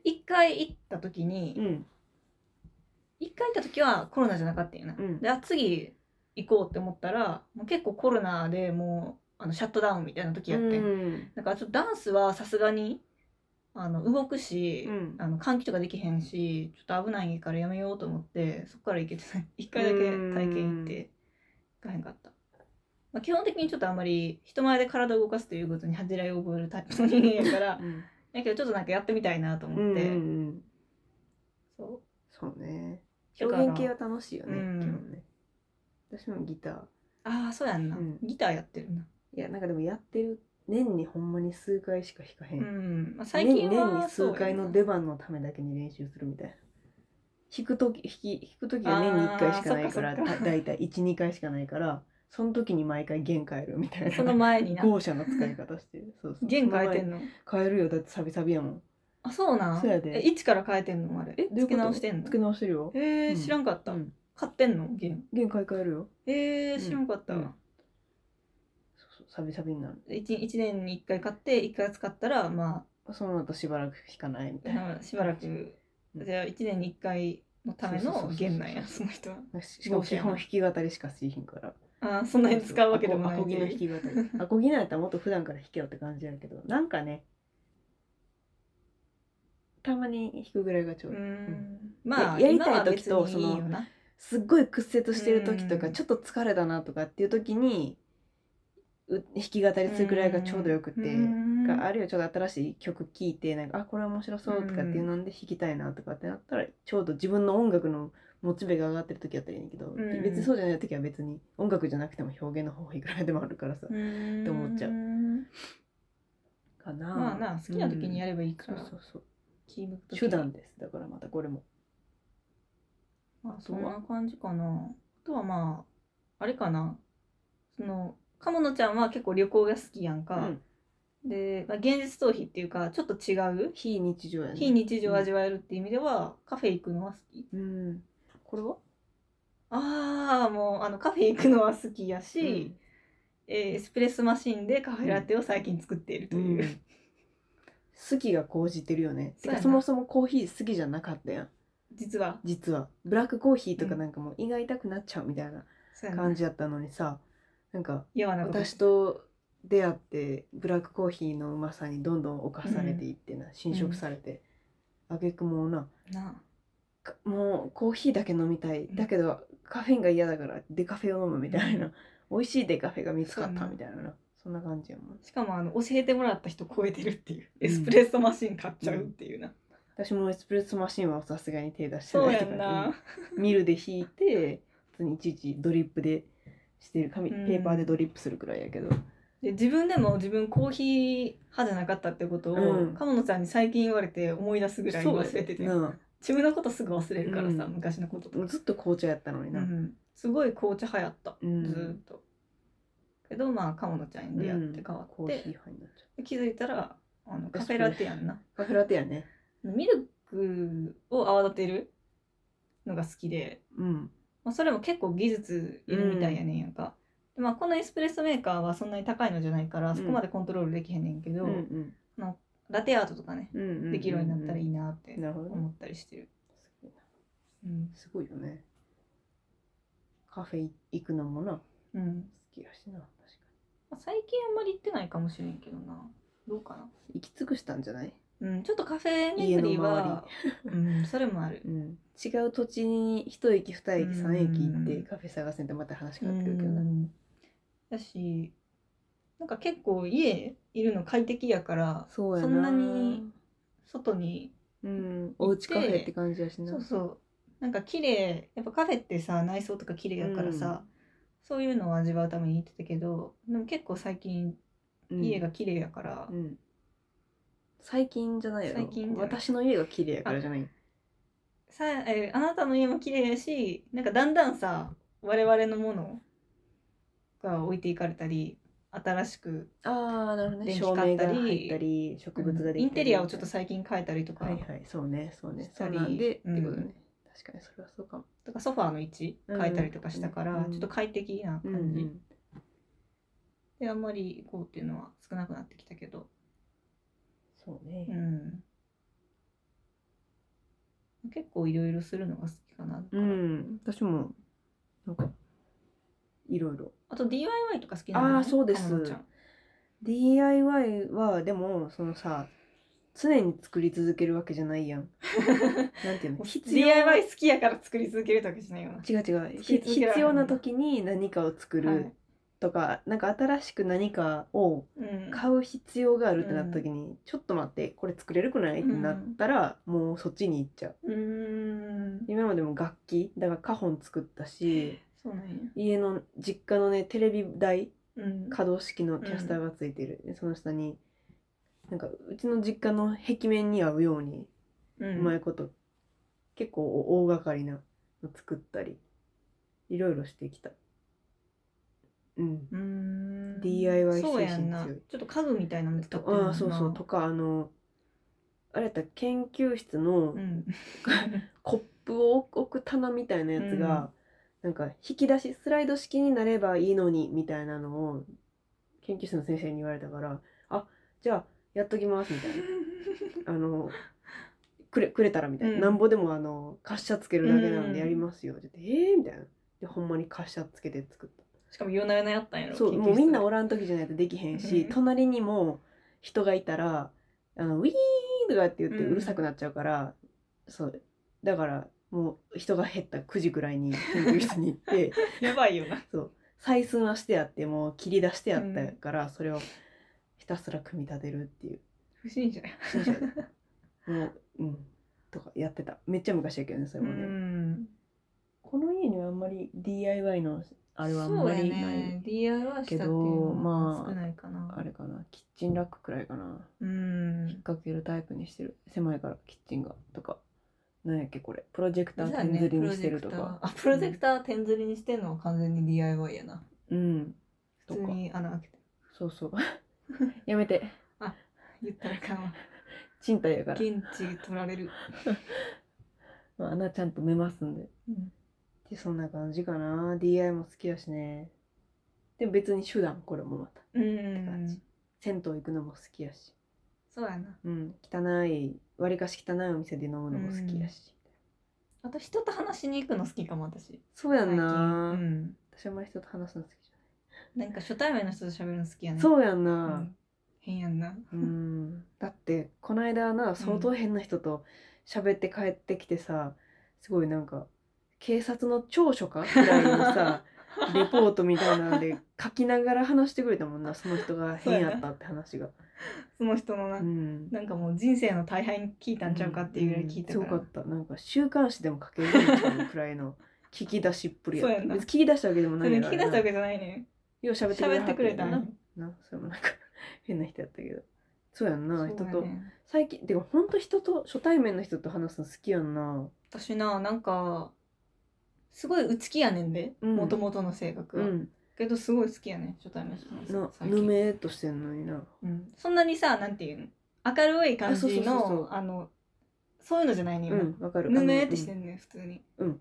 Speaker 2: 一回行った時
Speaker 1: う
Speaker 2: に
Speaker 1: ん
Speaker 2: 一、回行った時はコロナじゃなかったよな、
Speaker 1: うん
Speaker 2: であ次行こうって思ったらもう結構コロナでもうあのシャットダウンみたいな時やってん、
Speaker 1: うん
Speaker 2: だからちょっとダンスはさすがにあの動くし、
Speaker 1: うん
Speaker 2: あの換気とかできへんしちょっと危ないからやめようと思ってそこから行けてない 一回だけ体験行って行かへんかった、まあ、基本的にちょっとあんまり人前で体を動かすということに恥じらいを覚えるタイプの人間やから
Speaker 1: うん
Speaker 2: だけどちょっとなんかやってみたいなと
Speaker 1: う
Speaker 2: 思
Speaker 1: ん
Speaker 2: って、
Speaker 1: うん
Speaker 2: そ
Speaker 1: そうね
Speaker 2: だから
Speaker 1: 表現系は楽しいよね,、
Speaker 2: うん
Speaker 1: 基本ね私もギター
Speaker 2: うああそうやんな、
Speaker 1: うん
Speaker 2: ギターやってるない
Speaker 1: やなんかでもやってる年にほんまに数回しか弾かへん、
Speaker 2: うん、まあ、最近
Speaker 1: 年年に
Speaker 2: はそ
Speaker 1: 数
Speaker 2: うや
Speaker 1: 回の
Speaker 2: な
Speaker 1: 出番のためだけに練習するみたいな弾く時弾き弾く時は年に1回しかないから
Speaker 2: あーそっかそっか
Speaker 1: だ いたい12回しかないからその時に毎回弦変えるみたい
Speaker 2: その
Speaker 1: な
Speaker 2: 前にな
Speaker 1: 豪奢な使い方してるそうそう
Speaker 2: 弦変えて
Speaker 1: その
Speaker 2: んの
Speaker 1: 前変えるよだってサビサビやもん
Speaker 2: あそうなん
Speaker 1: そうやで
Speaker 2: え位置から変えてんのあれ
Speaker 1: えどういう
Speaker 2: 付
Speaker 1: こと
Speaker 2: け直してんの
Speaker 1: 付け直してるよ、う
Speaker 2: えー、
Speaker 1: ん
Speaker 2: 知らんかっ
Speaker 1: う
Speaker 2: た、
Speaker 1: ん、
Speaker 2: 買ってんの弦
Speaker 1: 弦買い替えるよ
Speaker 2: え
Speaker 1: うん
Speaker 2: ー、知らんかった、
Speaker 1: うんそうそうサビサビになる
Speaker 2: 1, 年に1回買って1回使ったらま
Speaker 1: その後しばらく弾かないみたいな
Speaker 2: あしばらく
Speaker 1: うん
Speaker 2: じゃあ1年に1回のため
Speaker 1: そうそうそ
Speaker 2: の
Speaker 1: うそう
Speaker 2: 弦なんやそ の人は
Speaker 1: しかも基本弾き語りしかしひんから
Speaker 2: あーそんなに使うわけでも
Speaker 1: アコ
Speaker 2: ない
Speaker 1: アコギの弾き語り。アコギなんやったらもっと普段から弾けよって感じやけど、なんかね、たまに弾くぐらいがちょう
Speaker 2: う
Speaker 1: ど。
Speaker 2: んまあ
Speaker 1: ややりたい時と
Speaker 2: 今は別にいいよ
Speaker 1: そ
Speaker 2: な
Speaker 1: すっごい屈折してる時とか、
Speaker 2: うん
Speaker 1: ちょっと疲れたなとかっていう時に、う弾き語りするぐらいがちょうどよくて、
Speaker 2: うん
Speaker 1: があるいはちょっと新しい曲聴いて、なんか、あ、これ面白そうとかっていうので弾きたいなとかってなったら、ちょうど自分の音楽のモチベが上がってる時やったらいいねんだけど、
Speaker 2: ん
Speaker 1: 別にそうじゃない時は別に音楽じゃなくても表現の方がいくらでもあるからさ。
Speaker 2: うん
Speaker 1: って思っちゃうかな
Speaker 2: まあな好きな時にや
Speaker 1: る
Speaker 2: ればいいか
Speaker 1: そう
Speaker 2: ら、
Speaker 1: そうそう
Speaker 2: 気向く時
Speaker 1: 手段ですだからまたこれも
Speaker 2: まあそんな感じかなあとはまああれかなその鴨野ちゃんは結構旅行が好きやんか、
Speaker 1: うん
Speaker 2: で、まあ、現実逃避っていうかちょっと違う
Speaker 1: 非日常やね
Speaker 2: 非日常を味わえるっていう意味では、カフェ行くのは好き
Speaker 1: うんこれは
Speaker 2: ああもうあのカフェ行くのは好きやし、えーエスプレッソマシンでカフェラテを最近作っていると
Speaker 1: う
Speaker 2: い
Speaker 1: ん
Speaker 2: う、
Speaker 1: 好きが高じてるよねて
Speaker 2: そうや
Speaker 1: か
Speaker 2: な
Speaker 1: そもそもコーヒー好きじゃなかったやん
Speaker 2: 実は
Speaker 1: 実はブラックコーヒーとか
Speaker 2: うん
Speaker 1: なんかもう胃が痛くなっちゃうみたいな
Speaker 2: そうやな
Speaker 1: 感じやったのにさなんか
Speaker 2: 嫌なこと
Speaker 1: 私と出会ってブラックコーヒーのうまさにどんどん侵されていってな、侵食されて、あげくもうな
Speaker 2: な
Speaker 1: かもうコーヒーだけ飲みたい
Speaker 2: うん
Speaker 1: だけどカフェインが嫌だからデカフェを飲むみたいな、美味しいデカフェが見つかっ
Speaker 2: そう
Speaker 1: た
Speaker 2: やな
Speaker 1: みたいななそんな感じやもん
Speaker 2: しかもあの教えてもらった人超えてるっていう、
Speaker 1: うん
Speaker 2: エスプレッソマシン買っちゃうっていうな、
Speaker 1: 私もエスプレッソマシンはさすがに手出して
Speaker 2: そう
Speaker 1: ない
Speaker 2: や
Speaker 1: と
Speaker 2: ん
Speaker 1: か、
Speaker 2: な、
Speaker 1: うんミルで引いて普通にいちいちドリップでしてる紙ペ
Speaker 2: うん
Speaker 1: ーパーでドリップするくらいやけど、
Speaker 2: で自分でも自分コーヒー派じゃなかったってことを、
Speaker 1: うん
Speaker 2: 鴨野さんに最近言われて思い出すぐらい
Speaker 1: そう
Speaker 2: 忘れてて
Speaker 1: やな
Speaker 2: 自分のことすぐ忘れるからさ、
Speaker 1: うん
Speaker 2: 昔のことと
Speaker 1: も
Speaker 2: か
Speaker 1: うずっと紅茶やったのに
Speaker 2: う
Speaker 1: な、
Speaker 2: ん、すごい紅茶流行った、
Speaker 1: うん
Speaker 2: ずーっとけどまあ鴨野ちゃんに出会って変わって、
Speaker 1: コーヒー派になっちゃう
Speaker 2: で気づいたらあのカフェラテやんな
Speaker 1: カフェラテやね
Speaker 2: ミルクを泡立てるのが好きで、
Speaker 1: うん
Speaker 2: まあ、それも結構技術いるみたいやねんやんか、でまあ、このエスプレッソメーカーはそんなに高いのじゃないからそこまでコントロールできへんねんけど、
Speaker 1: うん
Speaker 2: ラテアートとかね
Speaker 1: うん
Speaker 2: できるようになったらいい
Speaker 1: い
Speaker 2: なって
Speaker 1: なるほどね
Speaker 2: 思ったりしてる、うん
Speaker 1: すごいよねカフェ行くのもな好
Speaker 2: うん
Speaker 1: きやしな確か
Speaker 2: まあ最近あんまり行ってないかもしれんけどなどうかな
Speaker 1: に行き尽くしたんじゃない、
Speaker 2: うん、ちょっとカフェ巡りは、 うん、それもある。
Speaker 1: うん、違う土地に一駅二駅三駅行っ
Speaker 2: う
Speaker 1: て
Speaker 2: ん
Speaker 1: カフェ探せんってまた話
Speaker 2: う
Speaker 1: 変わってくるけどな、
Speaker 2: んだし、なんか結構家いるの快適やから、
Speaker 1: そうや
Speaker 2: そんなに、外に、
Speaker 1: うん、おうちカフェって感じやしな
Speaker 2: そうそう、なんか綺麗、やっぱカフェってさ、内装とか綺麗やからさ、そういうのを味わうために行ってたけど、でも結構最近
Speaker 1: うん
Speaker 2: 家が綺麗やから、
Speaker 1: うん最近じゃないやろ
Speaker 2: 最近じゃない
Speaker 1: 私の家が綺麗やからじゃない
Speaker 2: さえーあなたの家も綺麗やしなんかだんだんさ我々のものが置いていかれたり新しく
Speaker 1: ああなるほどね
Speaker 2: 電気
Speaker 1: 照明が
Speaker 2: 買ったり
Speaker 1: 入ったり植物ができたり
Speaker 2: インテリアをちょっと最近変えたりとか,、
Speaker 1: はいはいそうねそうね
Speaker 2: し
Speaker 1: そ
Speaker 2: た
Speaker 1: う
Speaker 2: り
Speaker 1: なんで、
Speaker 2: うん
Speaker 1: ってことね確かにそれはそうかも
Speaker 2: とかソファーの位置
Speaker 1: うん
Speaker 2: 変えたりとかしたから、
Speaker 1: うん
Speaker 2: ちょっと快適な
Speaker 1: う
Speaker 2: 感
Speaker 1: んう
Speaker 2: じ、
Speaker 1: ん
Speaker 2: であんまり行こうっていうのは少なくなってきたけど、
Speaker 1: そうね、
Speaker 2: うん、結構いろいろするのが好きかな、
Speaker 1: うん、私もなんかいろいろ
Speaker 2: あと DIY とか好きなの
Speaker 1: あーそうです
Speaker 2: か のちゃん
Speaker 1: DIY はでもそのさ常に作り続けるわけじゃないやんなんていうの必要
Speaker 2: DIY 好きやから作り続けるだけじゃないよな
Speaker 1: 違う違う
Speaker 2: 作り
Speaker 1: ひ
Speaker 2: 続けられへん
Speaker 1: 必要な時に何かを作
Speaker 2: は
Speaker 1: る
Speaker 2: い
Speaker 1: とか、なんか新しく何かを
Speaker 2: うん
Speaker 1: 買う必要があるってなった時に、ちょっと待ってこれ作れるくないってなったら、もうそっちに行っちゃう
Speaker 2: うーん
Speaker 1: 今までも楽器だからカホン作ったし
Speaker 2: そうなんや。
Speaker 1: 家の実家のねテレビ台
Speaker 2: うん
Speaker 1: 可動式のキャスターがついてる、でその下になんかうちの実家の壁面に合うように
Speaker 2: う
Speaker 1: うんまいこと、結構大掛かりなの作ったりいろいろしてきたうん
Speaker 2: うーん
Speaker 1: DIY
Speaker 2: そうやん
Speaker 1: 精
Speaker 2: な
Speaker 1: 神強い
Speaker 2: ちょっと家具みたいなのも使ってるもん
Speaker 1: あ
Speaker 2: な
Speaker 1: あそうそうとかあのあれやったら研究室の
Speaker 2: うん
Speaker 1: コップを置く棚みたいなやつが、なんか引き出しスライド式になればいいのにみたいなのを研究室の先生に言われたからあじゃあやっときますみたいなあのくれくれたらみたいな、
Speaker 2: うん
Speaker 1: なんぼでもあの滑車つけるだけなん
Speaker 2: うん
Speaker 1: でやりますよって言って、ええー、みたいなでほんまに滑車つけて作っ
Speaker 2: しかも夜な夜なやったんや
Speaker 1: た
Speaker 2: ろ
Speaker 1: そう
Speaker 2: 研究
Speaker 1: もう
Speaker 2: 室
Speaker 1: みんなおらん時じゃないとできへんし、
Speaker 2: うん
Speaker 1: 隣にも人がいたらあのウィーンとかって言って
Speaker 2: うん
Speaker 1: うるさくなっちゃうから、そうだからもう人が減った9時くらいに研究室に行って
Speaker 2: やばいよな
Speaker 1: そう採寸はしてあってもう切り出してあったから、それをひたすら組み立てるっていう
Speaker 2: 不審者や
Speaker 1: 信じられないもう、うん、とかやってた。めっちゃ昔やけどね、それ
Speaker 2: う
Speaker 1: もね。
Speaker 2: ん
Speaker 1: この家にはあんまり DIY のあれはあんまりない。
Speaker 2: そうやね DIY したっていうのは少ないかな、
Speaker 1: あれかな、キッチンラックくらいかな。
Speaker 2: うん
Speaker 1: 引っ掛けるタイプにしてる。狭いからキッチンが。とか、なんやっけこれ。プロジェクター点ずりにしてると
Speaker 2: そうやね
Speaker 1: か。
Speaker 2: プロジェクターあプロジェクター点ずりにしてんのは完全に DIY やな
Speaker 1: うん。
Speaker 2: 普通に穴開けて
Speaker 1: そうそう。やめて。
Speaker 2: あったらあかんわ
Speaker 1: 賃貸やから、
Speaker 2: 現地取られる、
Speaker 1: まあ、穴ちゃんと埋ますんで
Speaker 2: うん
Speaker 1: でそんな感じかな DI も好きだしねでも別に手段これもまた
Speaker 2: うん
Speaker 1: 感じ銭湯行くのも好きやし、
Speaker 2: そうやな
Speaker 1: うん、汚いわりかし汚いお店で飲むのも好きやし、
Speaker 2: あと人と話しに行くの好きかも私
Speaker 1: そうやんな、
Speaker 2: 最近うん
Speaker 1: 私あんまり人と話すの好きじ
Speaker 2: なんか初対面の人と喋るの好きや
Speaker 1: ゃな
Speaker 2: ね
Speaker 1: いそうやん
Speaker 2: う
Speaker 1: な、
Speaker 2: ん変やんな
Speaker 1: うんだってこの間な相当変な人と喋って帰ってきてさ、すごいなんか警察の聴取かぐらいの さレポートみたいなんで書きながら話してくれたもんなその人が変やったって話が。
Speaker 2: その人のな,、
Speaker 1: うん
Speaker 2: なんかもう人生の大半聞いたんちゃうかっていうぐらい聞いたから、
Speaker 1: うんすごかったなんか週刊誌でも書けるみたいなくらいの聞き出しっぷり
Speaker 2: そうやんな
Speaker 1: 別に聞き出したわけでも
Speaker 2: そ
Speaker 1: な
Speaker 2: れ
Speaker 1: いやろ
Speaker 2: 聞き出したわけじゃないね
Speaker 1: よう喋ってくれ
Speaker 2: 喋ってくれた
Speaker 1: は
Speaker 2: な
Speaker 1: ったよななそれもなんか変な人やったけどそうやんな、人
Speaker 2: そう
Speaker 1: と
Speaker 2: だね
Speaker 1: 最近てかほんと人と初対面の人と話すの好きやんな
Speaker 2: 私ななんかすごい内気やねんで
Speaker 1: うん
Speaker 2: もともとの性格
Speaker 1: う
Speaker 2: は、
Speaker 1: ん
Speaker 2: けどすごい好きやねん初対面の人
Speaker 1: な
Speaker 2: の最
Speaker 1: ぬ
Speaker 2: 近
Speaker 1: めーっとしてんのにな
Speaker 2: うん、そんなにさなんていうの明るい感
Speaker 1: あそうそ
Speaker 2: じ
Speaker 1: うそうそう
Speaker 2: のあのそういうのじゃないねん
Speaker 1: う
Speaker 2: よ
Speaker 1: んわかる
Speaker 2: ぬめーってして
Speaker 1: あの
Speaker 2: んねん普通に、
Speaker 1: うん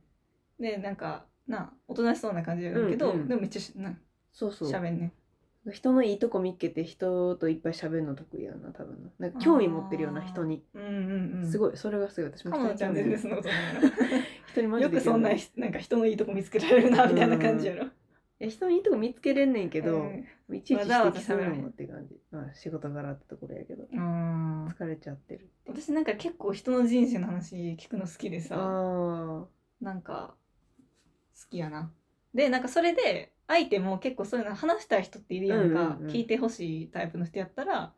Speaker 2: でなんかなおとなしそうな感じやねんけど、
Speaker 1: うんうん
Speaker 2: でもめっちゃしな
Speaker 1: うんそうそ
Speaker 2: 喋んねん
Speaker 1: う人のいいとこ見っけて人といっぱい喋るの得意やな多分ななんか興味持ってるような人に
Speaker 2: うんうんうん
Speaker 1: すごいそれがすごい私
Speaker 2: かも
Speaker 1: 人
Speaker 2: な
Speaker 1: に
Speaker 2: ちゃ
Speaker 1: 興
Speaker 2: ん
Speaker 1: 味
Speaker 2: 全
Speaker 1: ない
Speaker 2: 然そんなことない
Speaker 1: 人にマ
Speaker 2: な
Speaker 1: ジ
Speaker 2: よ
Speaker 1: で
Speaker 2: くそんな
Speaker 1: 興味い
Speaker 2: ひなんか人のいいとこ見つけられるなみたいな感じやろ
Speaker 1: や人のいいとこ見つけれんねんけ
Speaker 2: け
Speaker 1: ど、いちいち指
Speaker 2: わざわざ
Speaker 1: 摘する
Speaker 2: そう
Speaker 1: の
Speaker 2: ね
Speaker 1: って感じ、まあ、仕事柄ってところやけど
Speaker 2: うん
Speaker 1: 疲れちゃってるって
Speaker 2: 私なんか結構人の人生の話聞くの好きで
Speaker 1: あ
Speaker 2: さ
Speaker 1: ー
Speaker 2: なんか好きやなでなんかそれで相手も結構そういうの話したい人っているやんか、
Speaker 1: うんうんうん
Speaker 2: 聞いてほしいタイプの人やったら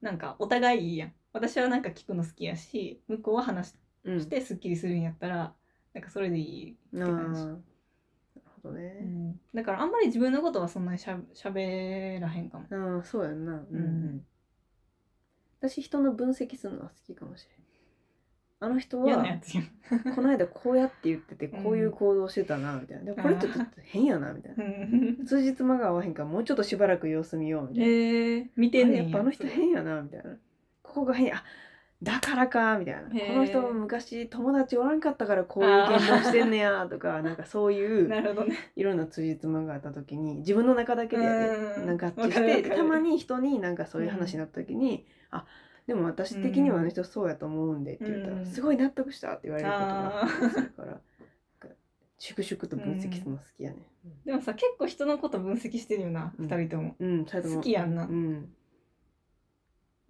Speaker 2: なんかお互いいいやん私はなんか聞くの好きやし向こうは話
Speaker 1: うん
Speaker 2: してすっきりするんやったら、なんかそれでいいって
Speaker 1: あー
Speaker 2: 感じ、
Speaker 1: なるほど
Speaker 2: う
Speaker 1: ね、
Speaker 2: んだからあんまり自分のことはそんなにしゃしゃべらへんかも
Speaker 1: ああそうやんなうん、
Speaker 2: うん
Speaker 1: 私人の分析するのは好きかもしれんあの人
Speaker 2: 嫌
Speaker 1: は
Speaker 2: なやつやん
Speaker 1: この間こうやって言ってて
Speaker 2: うん
Speaker 1: こういう行動してたなみたいな、でもこれちょっと変やなみたいな
Speaker 2: うん
Speaker 1: 通じつまが合わへんからもうちょっとしばらく様子見ようみたいな、
Speaker 2: へ え見てん
Speaker 1: あ
Speaker 2: ね
Speaker 1: れ
Speaker 2: ん
Speaker 1: やっぱあの人変やなみたいなここが変やあだからかみたいな
Speaker 2: へー
Speaker 1: この人も昔友達おらんかったからこういう言動してんねやとかなんかそういう
Speaker 2: なるほどね
Speaker 1: いろんな通じつまがあった時に自分の中だけで
Speaker 2: うん
Speaker 1: なんか合致
Speaker 2: わかるわ
Speaker 1: し
Speaker 2: か
Speaker 1: て
Speaker 2: る
Speaker 1: たまに人になんかそういう話になった時に、あでも私的にはあの人そうやと思うんでって言ったら、
Speaker 2: うん
Speaker 1: すごい納得したって言われることがあったりするから粛々と分析するの好きやね。
Speaker 2: でもさ結構人のこと分析してるよな、
Speaker 1: うん
Speaker 2: 二人とも
Speaker 1: うん、うん、それとも
Speaker 2: 好きやん
Speaker 1: う
Speaker 2: な
Speaker 1: ん、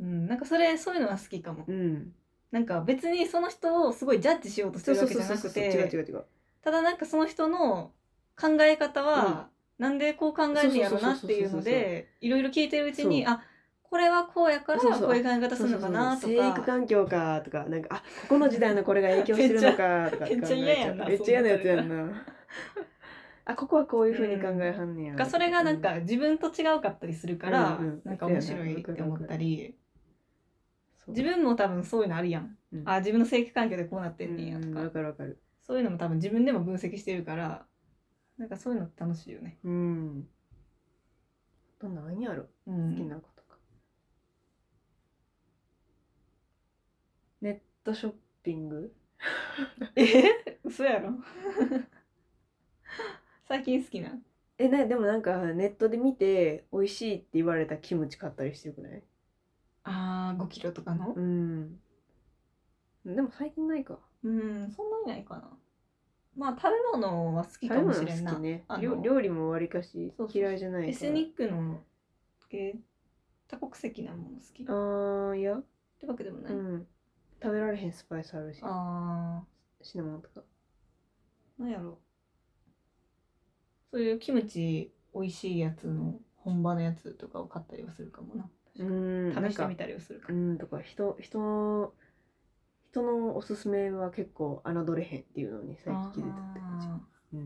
Speaker 2: うんなんかそれそういうのは好きかも
Speaker 1: うん、
Speaker 2: なんか別にその人をすごいジャッジしようとして
Speaker 1: そう
Speaker 2: る
Speaker 1: そ
Speaker 2: わ
Speaker 1: う
Speaker 2: け
Speaker 1: そ
Speaker 2: じ
Speaker 1: う
Speaker 2: ゃ
Speaker 1: そう
Speaker 2: な
Speaker 1: そ
Speaker 2: く
Speaker 1: う違う違
Speaker 2: て
Speaker 1: う違う。
Speaker 2: ただなんかその人の考え方は、なんでこう考えんねやろなっ
Speaker 1: そうそ
Speaker 2: ていうの
Speaker 1: うそうそうそう
Speaker 2: でいろいろ聞いてるうちに
Speaker 1: そ
Speaker 2: あこれはこうやから
Speaker 1: そうそう
Speaker 2: こういう考え方するのかなと
Speaker 1: そうそうそう生育
Speaker 2: か
Speaker 1: 環境かとかなんかあここの時代のこれが影響してるのかとか
Speaker 2: めっちゃ
Speaker 1: 考え
Speaker 2: 嫌やんな
Speaker 1: めっちゃ嫌なやつやんなあここはこういうふうに考えはんねや、
Speaker 2: がそれがなんか自分と違うかったりするから、
Speaker 1: うんうん
Speaker 2: なんか面白いって思ったり
Speaker 1: そう
Speaker 2: 自分も多分そういうのあるやん、
Speaker 1: うん
Speaker 2: あ自分の生育環境でこうなってんねやと
Speaker 1: うん
Speaker 2: か、
Speaker 1: わかるわかる
Speaker 2: そういうのも多分自分でも分析してるからなんかそういうの楽しいよね、
Speaker 1: うんあと何やろ
Speaker 2: う
Speaker 1: 好
Speaker 2: ん、
Speaker 1: きなことか、ネットショッピング
Speaker 2: え 嘘やろ最近好きな
Speaker 1: えなでもなんかネットで見て美味しいって言われたキムチ買ったりしてるくない
Speaker 2: あー5キロとかの
Speaker 1: うんでも最近ないか
Speaker 2: うんそんなにないかなまあ食べ物は好き
Speaker 1: 食
Speaker 2: か
Speaker 1: べ
Speaker 2: も
Speaker 1: 物
Speaker 2: しれん
Speaker 1: 好
Speaker 2: な、
Speaker 1: きね
Speaker 2: あの
Speaker 1: 料料理もわりかし
Speaker 2: そうそうそう
Speaker 1: 嫌いじゃない
Speaker 2: エスニックのえー多国籍なもの好きっ
Speaker 1: あーいや
Speaker 2: てわけでもな
Speaker 1: う
Speaker 2: い、
Speaker 1: ん食べられへんスパイスあるし
Speaker 2: あ
Speaker 1: シナモンとか
Speaker 2: ーなんやろそういうキムチ美味しいやつの本場のやつとかを買ったりはするかもな
Speaker 1: うんなん
Speaker 2: 試して
Speaker 1: か
Speaker 2: みたりはするか
Speaker 1: う
Speaker 2: も
Speaker 1: んとか人人の人のおすすめは結構侮れへんっていうのに最近気づいたって感じ
Speaker 2: あー
Speaker 1: う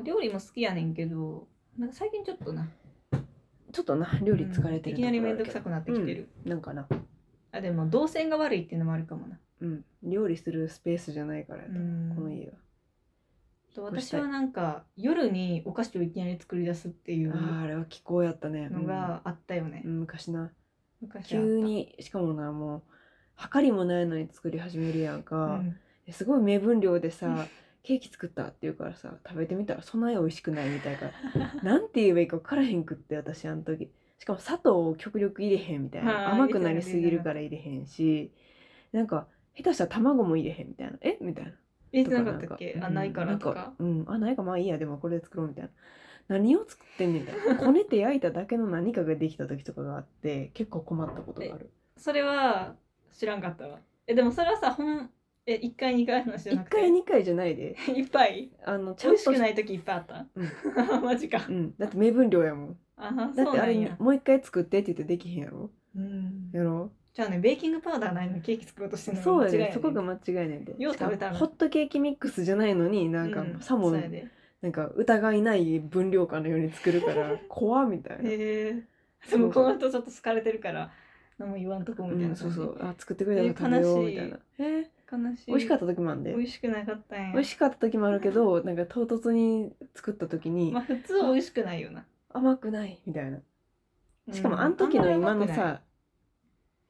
Speaker 1: ん
Speaker 2: 料理も好きやねんけどなんか最近ちょっとな
Speaker 1: ちょっとな料理疲れてる
Speaker 2: うんいきなり面
Speaker 1: 面
Speaker 2: 倒
Speaker 1: 倒
Speaker 2: くさくなってきてる、
Speaker 1: なんかな
Speaker 2: あでも動線が悪いっていうのもあるかもな
Speaker 1: うん料理するスペースじゃないからやと
Speaker 2: うん
Speaker 1: この家は
Speaker 2: と
Speaker 1: 越し
Speaker 2: 私
Speaker 1: たい
Speaker 2: はなんか夜にお菓子をいきなり作り出すっていう
Speaker 1: あーあれは気候やったね
Speaker 2: のがあったよね
Speaker 1: う、んうん昔な
Speaker 2: 昔あった
Speaker 1: 急にしかもなもう測りもないのに作り始めるやん
Speaker 2: う
Speaker 1: か、
Speaker 2: ん
Speaker 1: すごい目分量でさ、
Speaker 2: うん
Speaker 1: ケーキ作ったって言うからさ食べてみたらそんなに美味しくないみたいから なんて言えばいいか分からへんくって私あの時しかも砂糖を極力入れへんみたい
Speaker 2: は
Speaker 1: ない甘くなりすぎるから入れへんしなんか下手したら卵も入れへんみたいなえみたいな
Speaker 2: え
Speaker 1: と
Speaker 2: なかったっけ
Speaker 1: ん
Speaker 2: あないからとか
Speaker 1: うんあないかまあいいやでもこれで作ろうみたいな何を作ってんねんみた いなこねて焼いただけの何かができた時とかがあって結構困ったことがある
Speaker 2: それは知らんかったわえでもそれはさほんえ1回2回の話じゃな
Speaker 1: 1
Speaker 2: くて
Speaker 1: 回2回じゃないで
Speaker 2: 回いっぱい
Speaker 1: あのち
Speaker 2: 美
Speaker 1: ゃん
Speaker 2: 味
Speaker 1: と
Speaker 2: しくない時いっぱいあった、 マジか
Speaker 1: うん、だって目分量やもん
Speaker 2: あは
Speaker 1: だっ
Speaker 2: そう
Speaker 1: てあ
Speaker 2: な
Speaker 1: れ
Speaker 2: んや
Speaker 1: もう一回作ってって言ってできへんやろ
Speaker 2: うん
Speaker 1: やろ
Speaker 2: じゃあねベーキングパウダーないのにケーキ作ろうとしてるの
Speaker 1: そうや
Speaker 2: 間違い
Speaker 1: で、
Speaker 2: い
Speaker 1: そこが間違いねんで
Speaker 2: よう食べたな
Speaker 1: しかもホットケーキミックスじゃないのになんか
Speaker 2: う
Speaker 1: さも
Speaker 2: そうやで
Speaker 1: なんか疑いない分量感のように作るから 怖っみたいな、
Speaker 2: へえでもこの人ちょっと好かれてるから何も言わんとこみたいな、
Speaker 1: うん、そうそうあ作ってくれたから
Speaker 2: え
Speaker 1: 食べよう
Speaker 2: 悲し
Speaker 1: み
Speaker 2: い
Speaker 1: たいなえー
Speaker 2: 悲しい
Speaker 1: 美味しかった時もあんで
Speaker 2: 美味しくなかったんや
Speaker 1: 美味しかった時もあるけどなんか唐突に作った時に
Speaker 2: まあ普通は美味しくないよな
Speaker 1: 甘くないみたいなしか
Speaker 2: う
Speaker 1: も
Speaker 2: ん
Speaker 1: あの時の
Speaker 2: あんま
Speaker 1: 今
Speaker 2: り甘
Speaker 1: の
Speaker 2: くない
Speaker 1: さ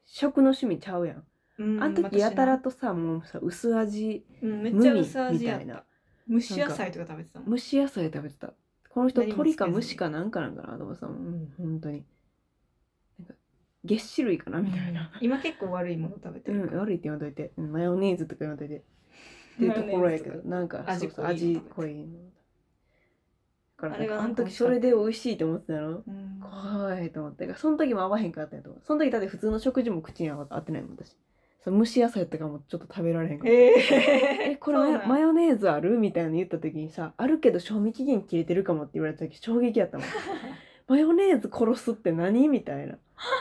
Speaker 1: 食の趣味ちゃうやん
Speaker 2: うん
Speaker 1: あの時やたらとさもうさ薄味
Speaker 2: うん、めっ
Speaker 1: 無
Speaker 2: ちゃ
Speaker 1: 味み
Speaker 2: 薄
Speaker 1: た
Speaker 2: 味やっ
Speaker 1: い
Speaker 2: た
Speaker 1: な
Speaker 2: 蒸し野菜とか食べてたもん
Speaker 1: 蒸し野菜食べてたこの人
Speaker 2: 何もつけず
Speaker 1: 鳥
Speaker 2: に
Speaker 1: か虫かなんかなんかなと思ってたもん、うん、本当になんかげっ歯類かなみたいな、
Speaker 2: 今結構悪いもの食べて
Speaker 1: う
Speaker 2: る
Speaker 1: ん、
Speaker 2: から、
Speaker 1: 悪いって言わんといて、うんマヨネーズとか言わんといてっていうところやけどなんか
Speaker 2: 味
Speaker 1: そうそう
Speaker 2: 濃いの
Speaker 1: 味濃いのだから
Speaker 2: あれが
Speaker 1: あ
Speaker 2: なんか
Speaker 1: の時
Speaker 2: 美味し
Speaker 1: そ
Speaker 2: かった
Speaker 1: れで美味しいと思ってたの
Speaker 2: うん
Speaker 1: 怖いと思ってだからその時も合わへんかったんやと思うその時だって普通の食事も口に合ってないもん私その蒸し野菜とかもちょっと食べられへんかった、
Speaker 2: え
Speaker 1: えこれ
Speaker 2: そう
Speaker 1: マ
Speaker 2: な
Speaker 1: ヨ
Speaker 2: ん
Speaker 1: マヨネーズあるみたいなの言った時にさあるけど賞味期限切れてるかもって言われた時衝撃やった もんマヨネーズ殺すって何みたいな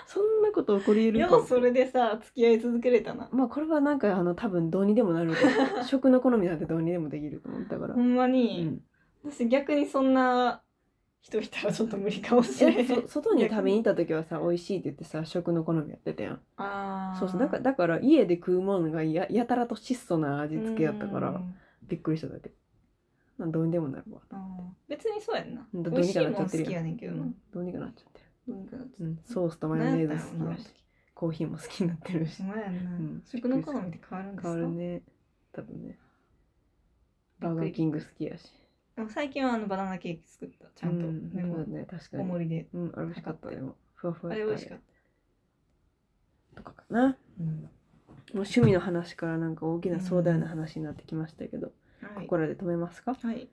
Speaker 1: そんなこと起こり得るか
Speaker 2: ようそれでさ付き合い続けれたな
Speaker 1: まあこれはなんかあの多分どうにでもなると思 う食の好みなんてどうにでもできると思ったから、
Speaker 2: ほんま
Speaker 1: う
Speaker 2: に、
Speaker 1: ん、
Speaker 2: 私逆にそんな人いたらちょっと無理かもしれな
Speaker 1: え
Speaker 2: い
Speaker 1: そ外に食べに行った時はさ美味しいって言ってさ食の好みやってたやん
Speaker 2: あー
Speaker 1: そうそうだからだから家で食うものがややたらと質素な味付けやったか
Speaker 2: う
Speaker 1: ら
Speaker 2: ん
Speaker 1: びっくりしただけまあどうにでもなるわ
Speaker 2: うん別にそうやんな
Speaker 1: ど
Speaker 2: 美味しいもん
Speaker 1: どうにかなっちゃってる
Speaker 2: 好
Speaker 1: やん
Speaker 2: きやねんけどな
Speaker 1: どうにかなっちゃって
Speaker 2: どうにかなっちゃって
Speaker 1: る、うん、ソースとマヨネーズ好きだしコーヒーも好きになってるし
Speaker 2: ほんまやんな、
Speaker 1: ん
Speaker 2: 食の好みって変わるんですか
Speaker 1: 変わるね多分ね
Speaker 2: びっ
Speaker 1: バー
Speaker 2: く
Speaker 1: ガ
Speaker 2: り
Speaker 1: ーキング好きやし
Speaker 2: でも最近はあのバナナケーキ作ったちゃんと
Speaker 1: うん、
Speaker 2: メモ
Speaker 1: そうだね確か
Speaker 2: お
Speaker 1: に
Speaker 2: 盛りで
Speaker 1: うんあれ美味しかったでもふわふ
Speaker 2: あ
Speaker 1: わ
Speaker 2: れ
Speaker 1: や
Speaker 2: 美
Speaker 1: っ
Speaker 2: 味
Speaker 1: た
Speaker 2: しかっ
Speaker 1: ね
Speaker 2: た、
Speaker 1: とかかなも
Speaker 2: うん
Speaker 1: う趣味の話からなんか大きな壮大な話になってきましたけど、
Speaker 2: はい
Speaker 1: ここらで止めますか
Speaker 2: はい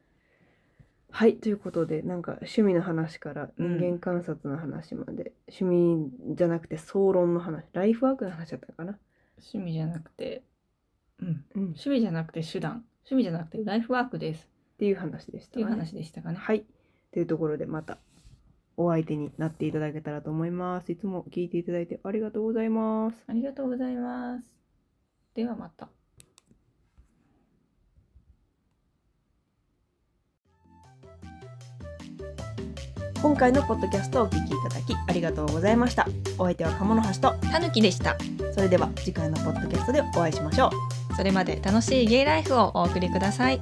Speaker 1: はい、ということで、なんか趣味の話から
Speaker 2: うん
Speaker 1: 人間観察の話まで、趣味じゃなくて総論の話、ライフワークの話だったかな。
Speaker 2: 趣味じゃなくて、うん、
Speaker 1: うん、っ
Speaker 2: 趣味じゃなくて手段趣味じゃなくてライフワークです
Speaker 1: ていう話でした、
Speaker 2: という話でしたかね、
Speaker 1: はい、というところでまたお相手になっていただけたらと思います。いつも聞いていただいてありがとうございます。
Speaker 2: ありがとうございますではまた
Speaker 1: 今回のポッドキャストをお聞きいただきありがとうございました。お相手は鴨の橋と、
Speaker 2: たぬきでした
Speaker 1: それでは次回のポッドキャストでお会いしましょう。
Speaker 2: それまで楽しいゲイライフをお送りください